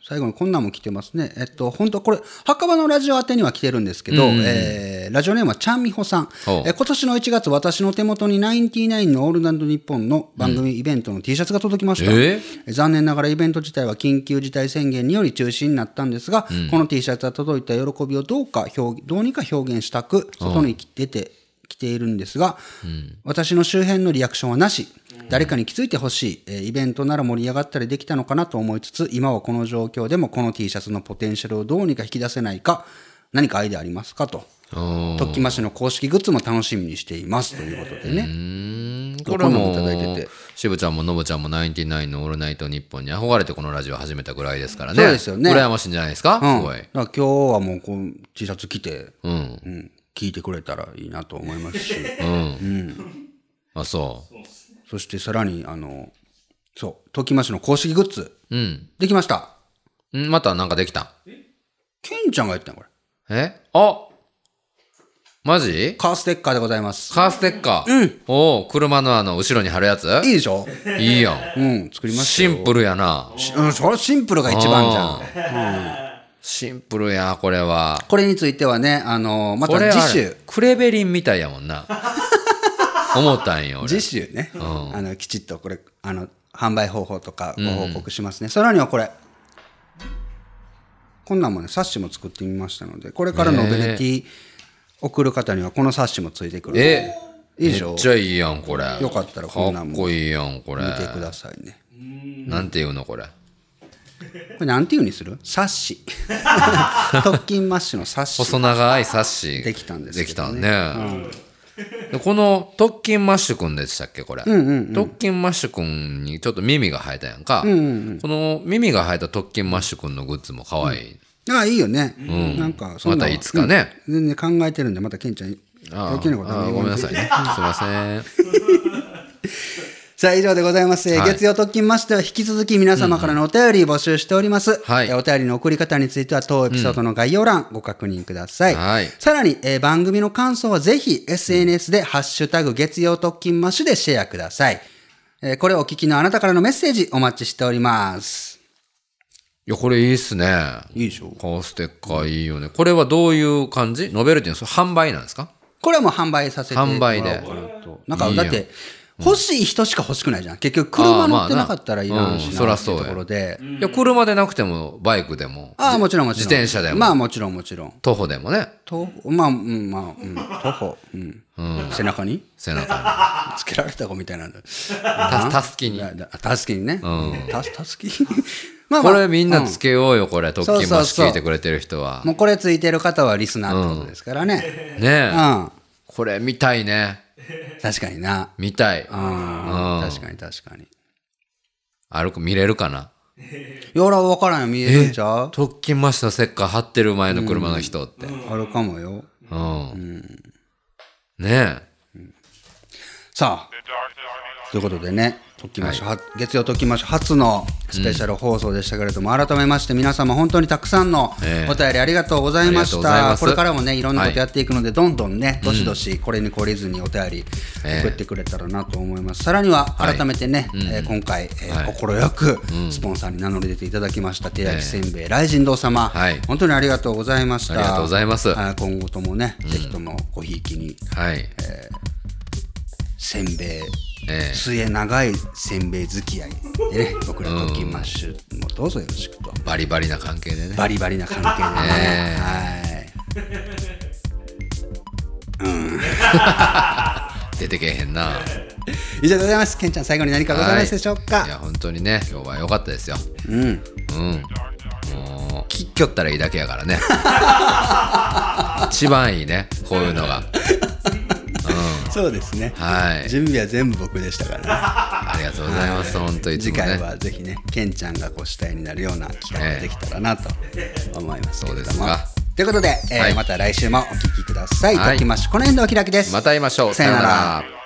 A: 最後にこんなんも来てますね。えっと、本当これ、墓場のラジオ宛てには来てるんですけど、えーラジオネームはちゃんみほさん。
B: ほう
A: えー今年の1月、私の手元にナインティナインのオールナイトニッポンの番組イベントの T シャツが届きました。
B: え
A: えー残念ながらイベント自体は緊急事態宣言により中止になったんですが、この T シャツが届いた喜びをどうか表どうにか表現したく、外に出てきているんですが、私の周辺のリアクションはなし、誰かに気づいてほしい、えーイベントなら盛り上がったりできたのかなと思いつつ、今はこの状況でもこの T シャツのポテンシャルをどうにか引き出せないか、何かアイデアありますかと。
B: うん
A: とっきましの公式グッズも楽しみにしていますということでね。
B: これはも
A: こんなのいただいうてて、
B: しぶちゃんものぶちゃんもナインティナインのオールナイトニッポンに憧れてこのラジオ始めたぐらいですからね。
A: そうですよね
B: 羨ましいんじゃないですか、
A: うん、
B: すごい
A: だ。から今日はもうこう T シャツ着て、
B: うん。
A: うん、聞いてくれたらいいなと思いますし、
B: あ、そ
A: そしてさらに、あの、そう、トキマシの公式グッズ、
B: う。うん。
A: できました。
B: んまたなんかできた。
A: ケンちゃんがやったんこれ。
B: えあマジ
A: カーステッカーでございます。
B: カーステッカー。うん。おう車のあの、後ろに貼るやつ
A: いいでしょ
B: いいや。
A: うんん、作りました
B: シ
A: よ。
B: ンプルやな。
A: ル。うん、それシンプルが一番じゃん。
B: ゃん。シンプルや、これは。
A: これについてはね、あの、ま
B: これ
A: た
B: あれ
A: 次週、
B: クレベリンみたいやもんな。思ったんよ、俺。
A: 次週ね、あの、きちっとこれ、あの、販売方法とかご報告しますね。さらにはこれ。こんなんもね、冊子も作ってみましたので、これからのベネティ送る方にはこの冊子もついてくるので
B: え、
A: いいでしょ
B: めっちゃいいやん、これ。
A: よかったらこんなん
B: か
A: も
B: っこいいやん、これ。
A: 見てくださいね。
B: なんていうの、これ。
A: これなんていうにするサッ シ。特勤マッシュのサッシ。
B: 細長いサッシ。
A: できたんです
B: で
A: け
B: き
A: ど
B: た
A: ね
B: ね。でこの特勤マッシュくんでしたっけこれ、特勤マッシュくんにちょっと耳が生えたやんか、この耳が生えた特勤マッシュくんのグッズも可愛い、
A: ああ、いいよね。なんか、そんなん
B: またいつかね。
A: うん全然考えてるんで、またケンちゃん、
B: あ
A: 余計なことは
B: あ
A: ね
B: ごめんなさいね。すいません。
A: さあ、以上でございます。えー
B: はい
A: 月曜特勤マッシュでは引き続き皆様からのお便り募集しております。
B: はい
A: えーお便りの送り方については、当エピソードの概要欄ご確認ください。
B: はい
A: さらに、えー番組の感想はぜひ SNS でハッシュタグ月曜特勤マッシュでシェアください。えーこれをお聞きのあなたからのメッセージお待ちしております。
B: いや、これいいっすね。
A: いいでしょ
B: カーステッカーいいよね。これはどういう感じノベルティのそれ販売なんですか
A: これはもう販売させてもらおうか
B: 販売で
A: なと。なんか、
B: いい
A: だ
B: やん
A: って、欲しい人しか欲しくないじゃん。結局、車乗ってなかったらいらんし
B: うん
A: な、
B: そら
A: って
B: そう
A: い
B: や
A: うところで。
B: いや、車でなくても、バイクでも、
A: ああ、もちろんもちろん。
B: 自転車でも
A: まあもちろんもちろん。
B: 徒歩でもね、
A: 徒歩まあ、うん、まあ、うん、徒歩、うん。背中に
B: 背中
A: つけられた子みたいなんだ。
B: に。たたすきに。
A: だだたすきにね。たた すきまあま
B: こ
A: あ
B: れみんなつけようよ、これ。特
A: そうそう
B: 勤
A: そう
B: マッシュ聞いてくれてる人は。
A: もうこれついてる方はリスナーってことですからね。
B: ね
A: う
B: え。
A: ん。
B: これ見たいね。
A: 確かにな。
B: 見たい。
A: うん。確かに確かに。
B: 歩く、見れるかな。
A: よら分からんよ、見えるんちゃう
B: 特勤マッシュのセッカー貼ってる前の車の人って。
A: あるかもよ。
B: うん。ねえ。
A: さあ、ということでね、特きましょう、は月曜特きましょう初のスペシャル放送でしたけれども、改めまして皆様本当にたくさんの
B: ええ
A: お便りありがとうございまし
B: ありがとうござ
A: た。
B: います
A: これからもね、いろんなこ
B: は
A: と
B: い
A: やっていくので、どんどんね、どしどしこれに懲りずにお便り
B: ええ
A: 送ってくれたらなと思います。さらには
B: はい
A: 改めてね、えー今回、えー
B: はい
A: 心よくスポンサーに名乗り出ていただきました、手焼きせんべい、雷神堂様、
B: はい
A: 本当にありがとうございました。
B: ありがとうございます
A: あー今後ともね、ぜひともごひいきに。
B: はい。
A: せんべい、
B: ええ
A: 末長いせんべい付き合いでね僕らときマッシュもどうぞよろしくと
B: バリバリな関係でね。
A: バリバリな関係でね、はい
B: 出てけへんな。
A: 以上でございますケンちゃん最後に何かございますでしょうか、
B: いや、本当にね、今日は良かったですよ。うん。うん。もう、きっきょったらいいだけやか らね。一番いいね、こういうのが。
A: そうですね、
B: はい。
A: 準備は全部僕でしたから、
B: ありがとうございます。本当
A: ね、
B: いつ
A: 次
B: も
A: 回
B: ね。
A: はぜひねケンちゃんがご主体になるような企画ができたらなと思いますけれども、
B: そうですか
A: ということで、えー
B: はい
A: また来週もお聞きください、
B: はい
A: ときマッシュこの辺でお開きです
B: また会いましょう。
A: さよなら
B: さよなら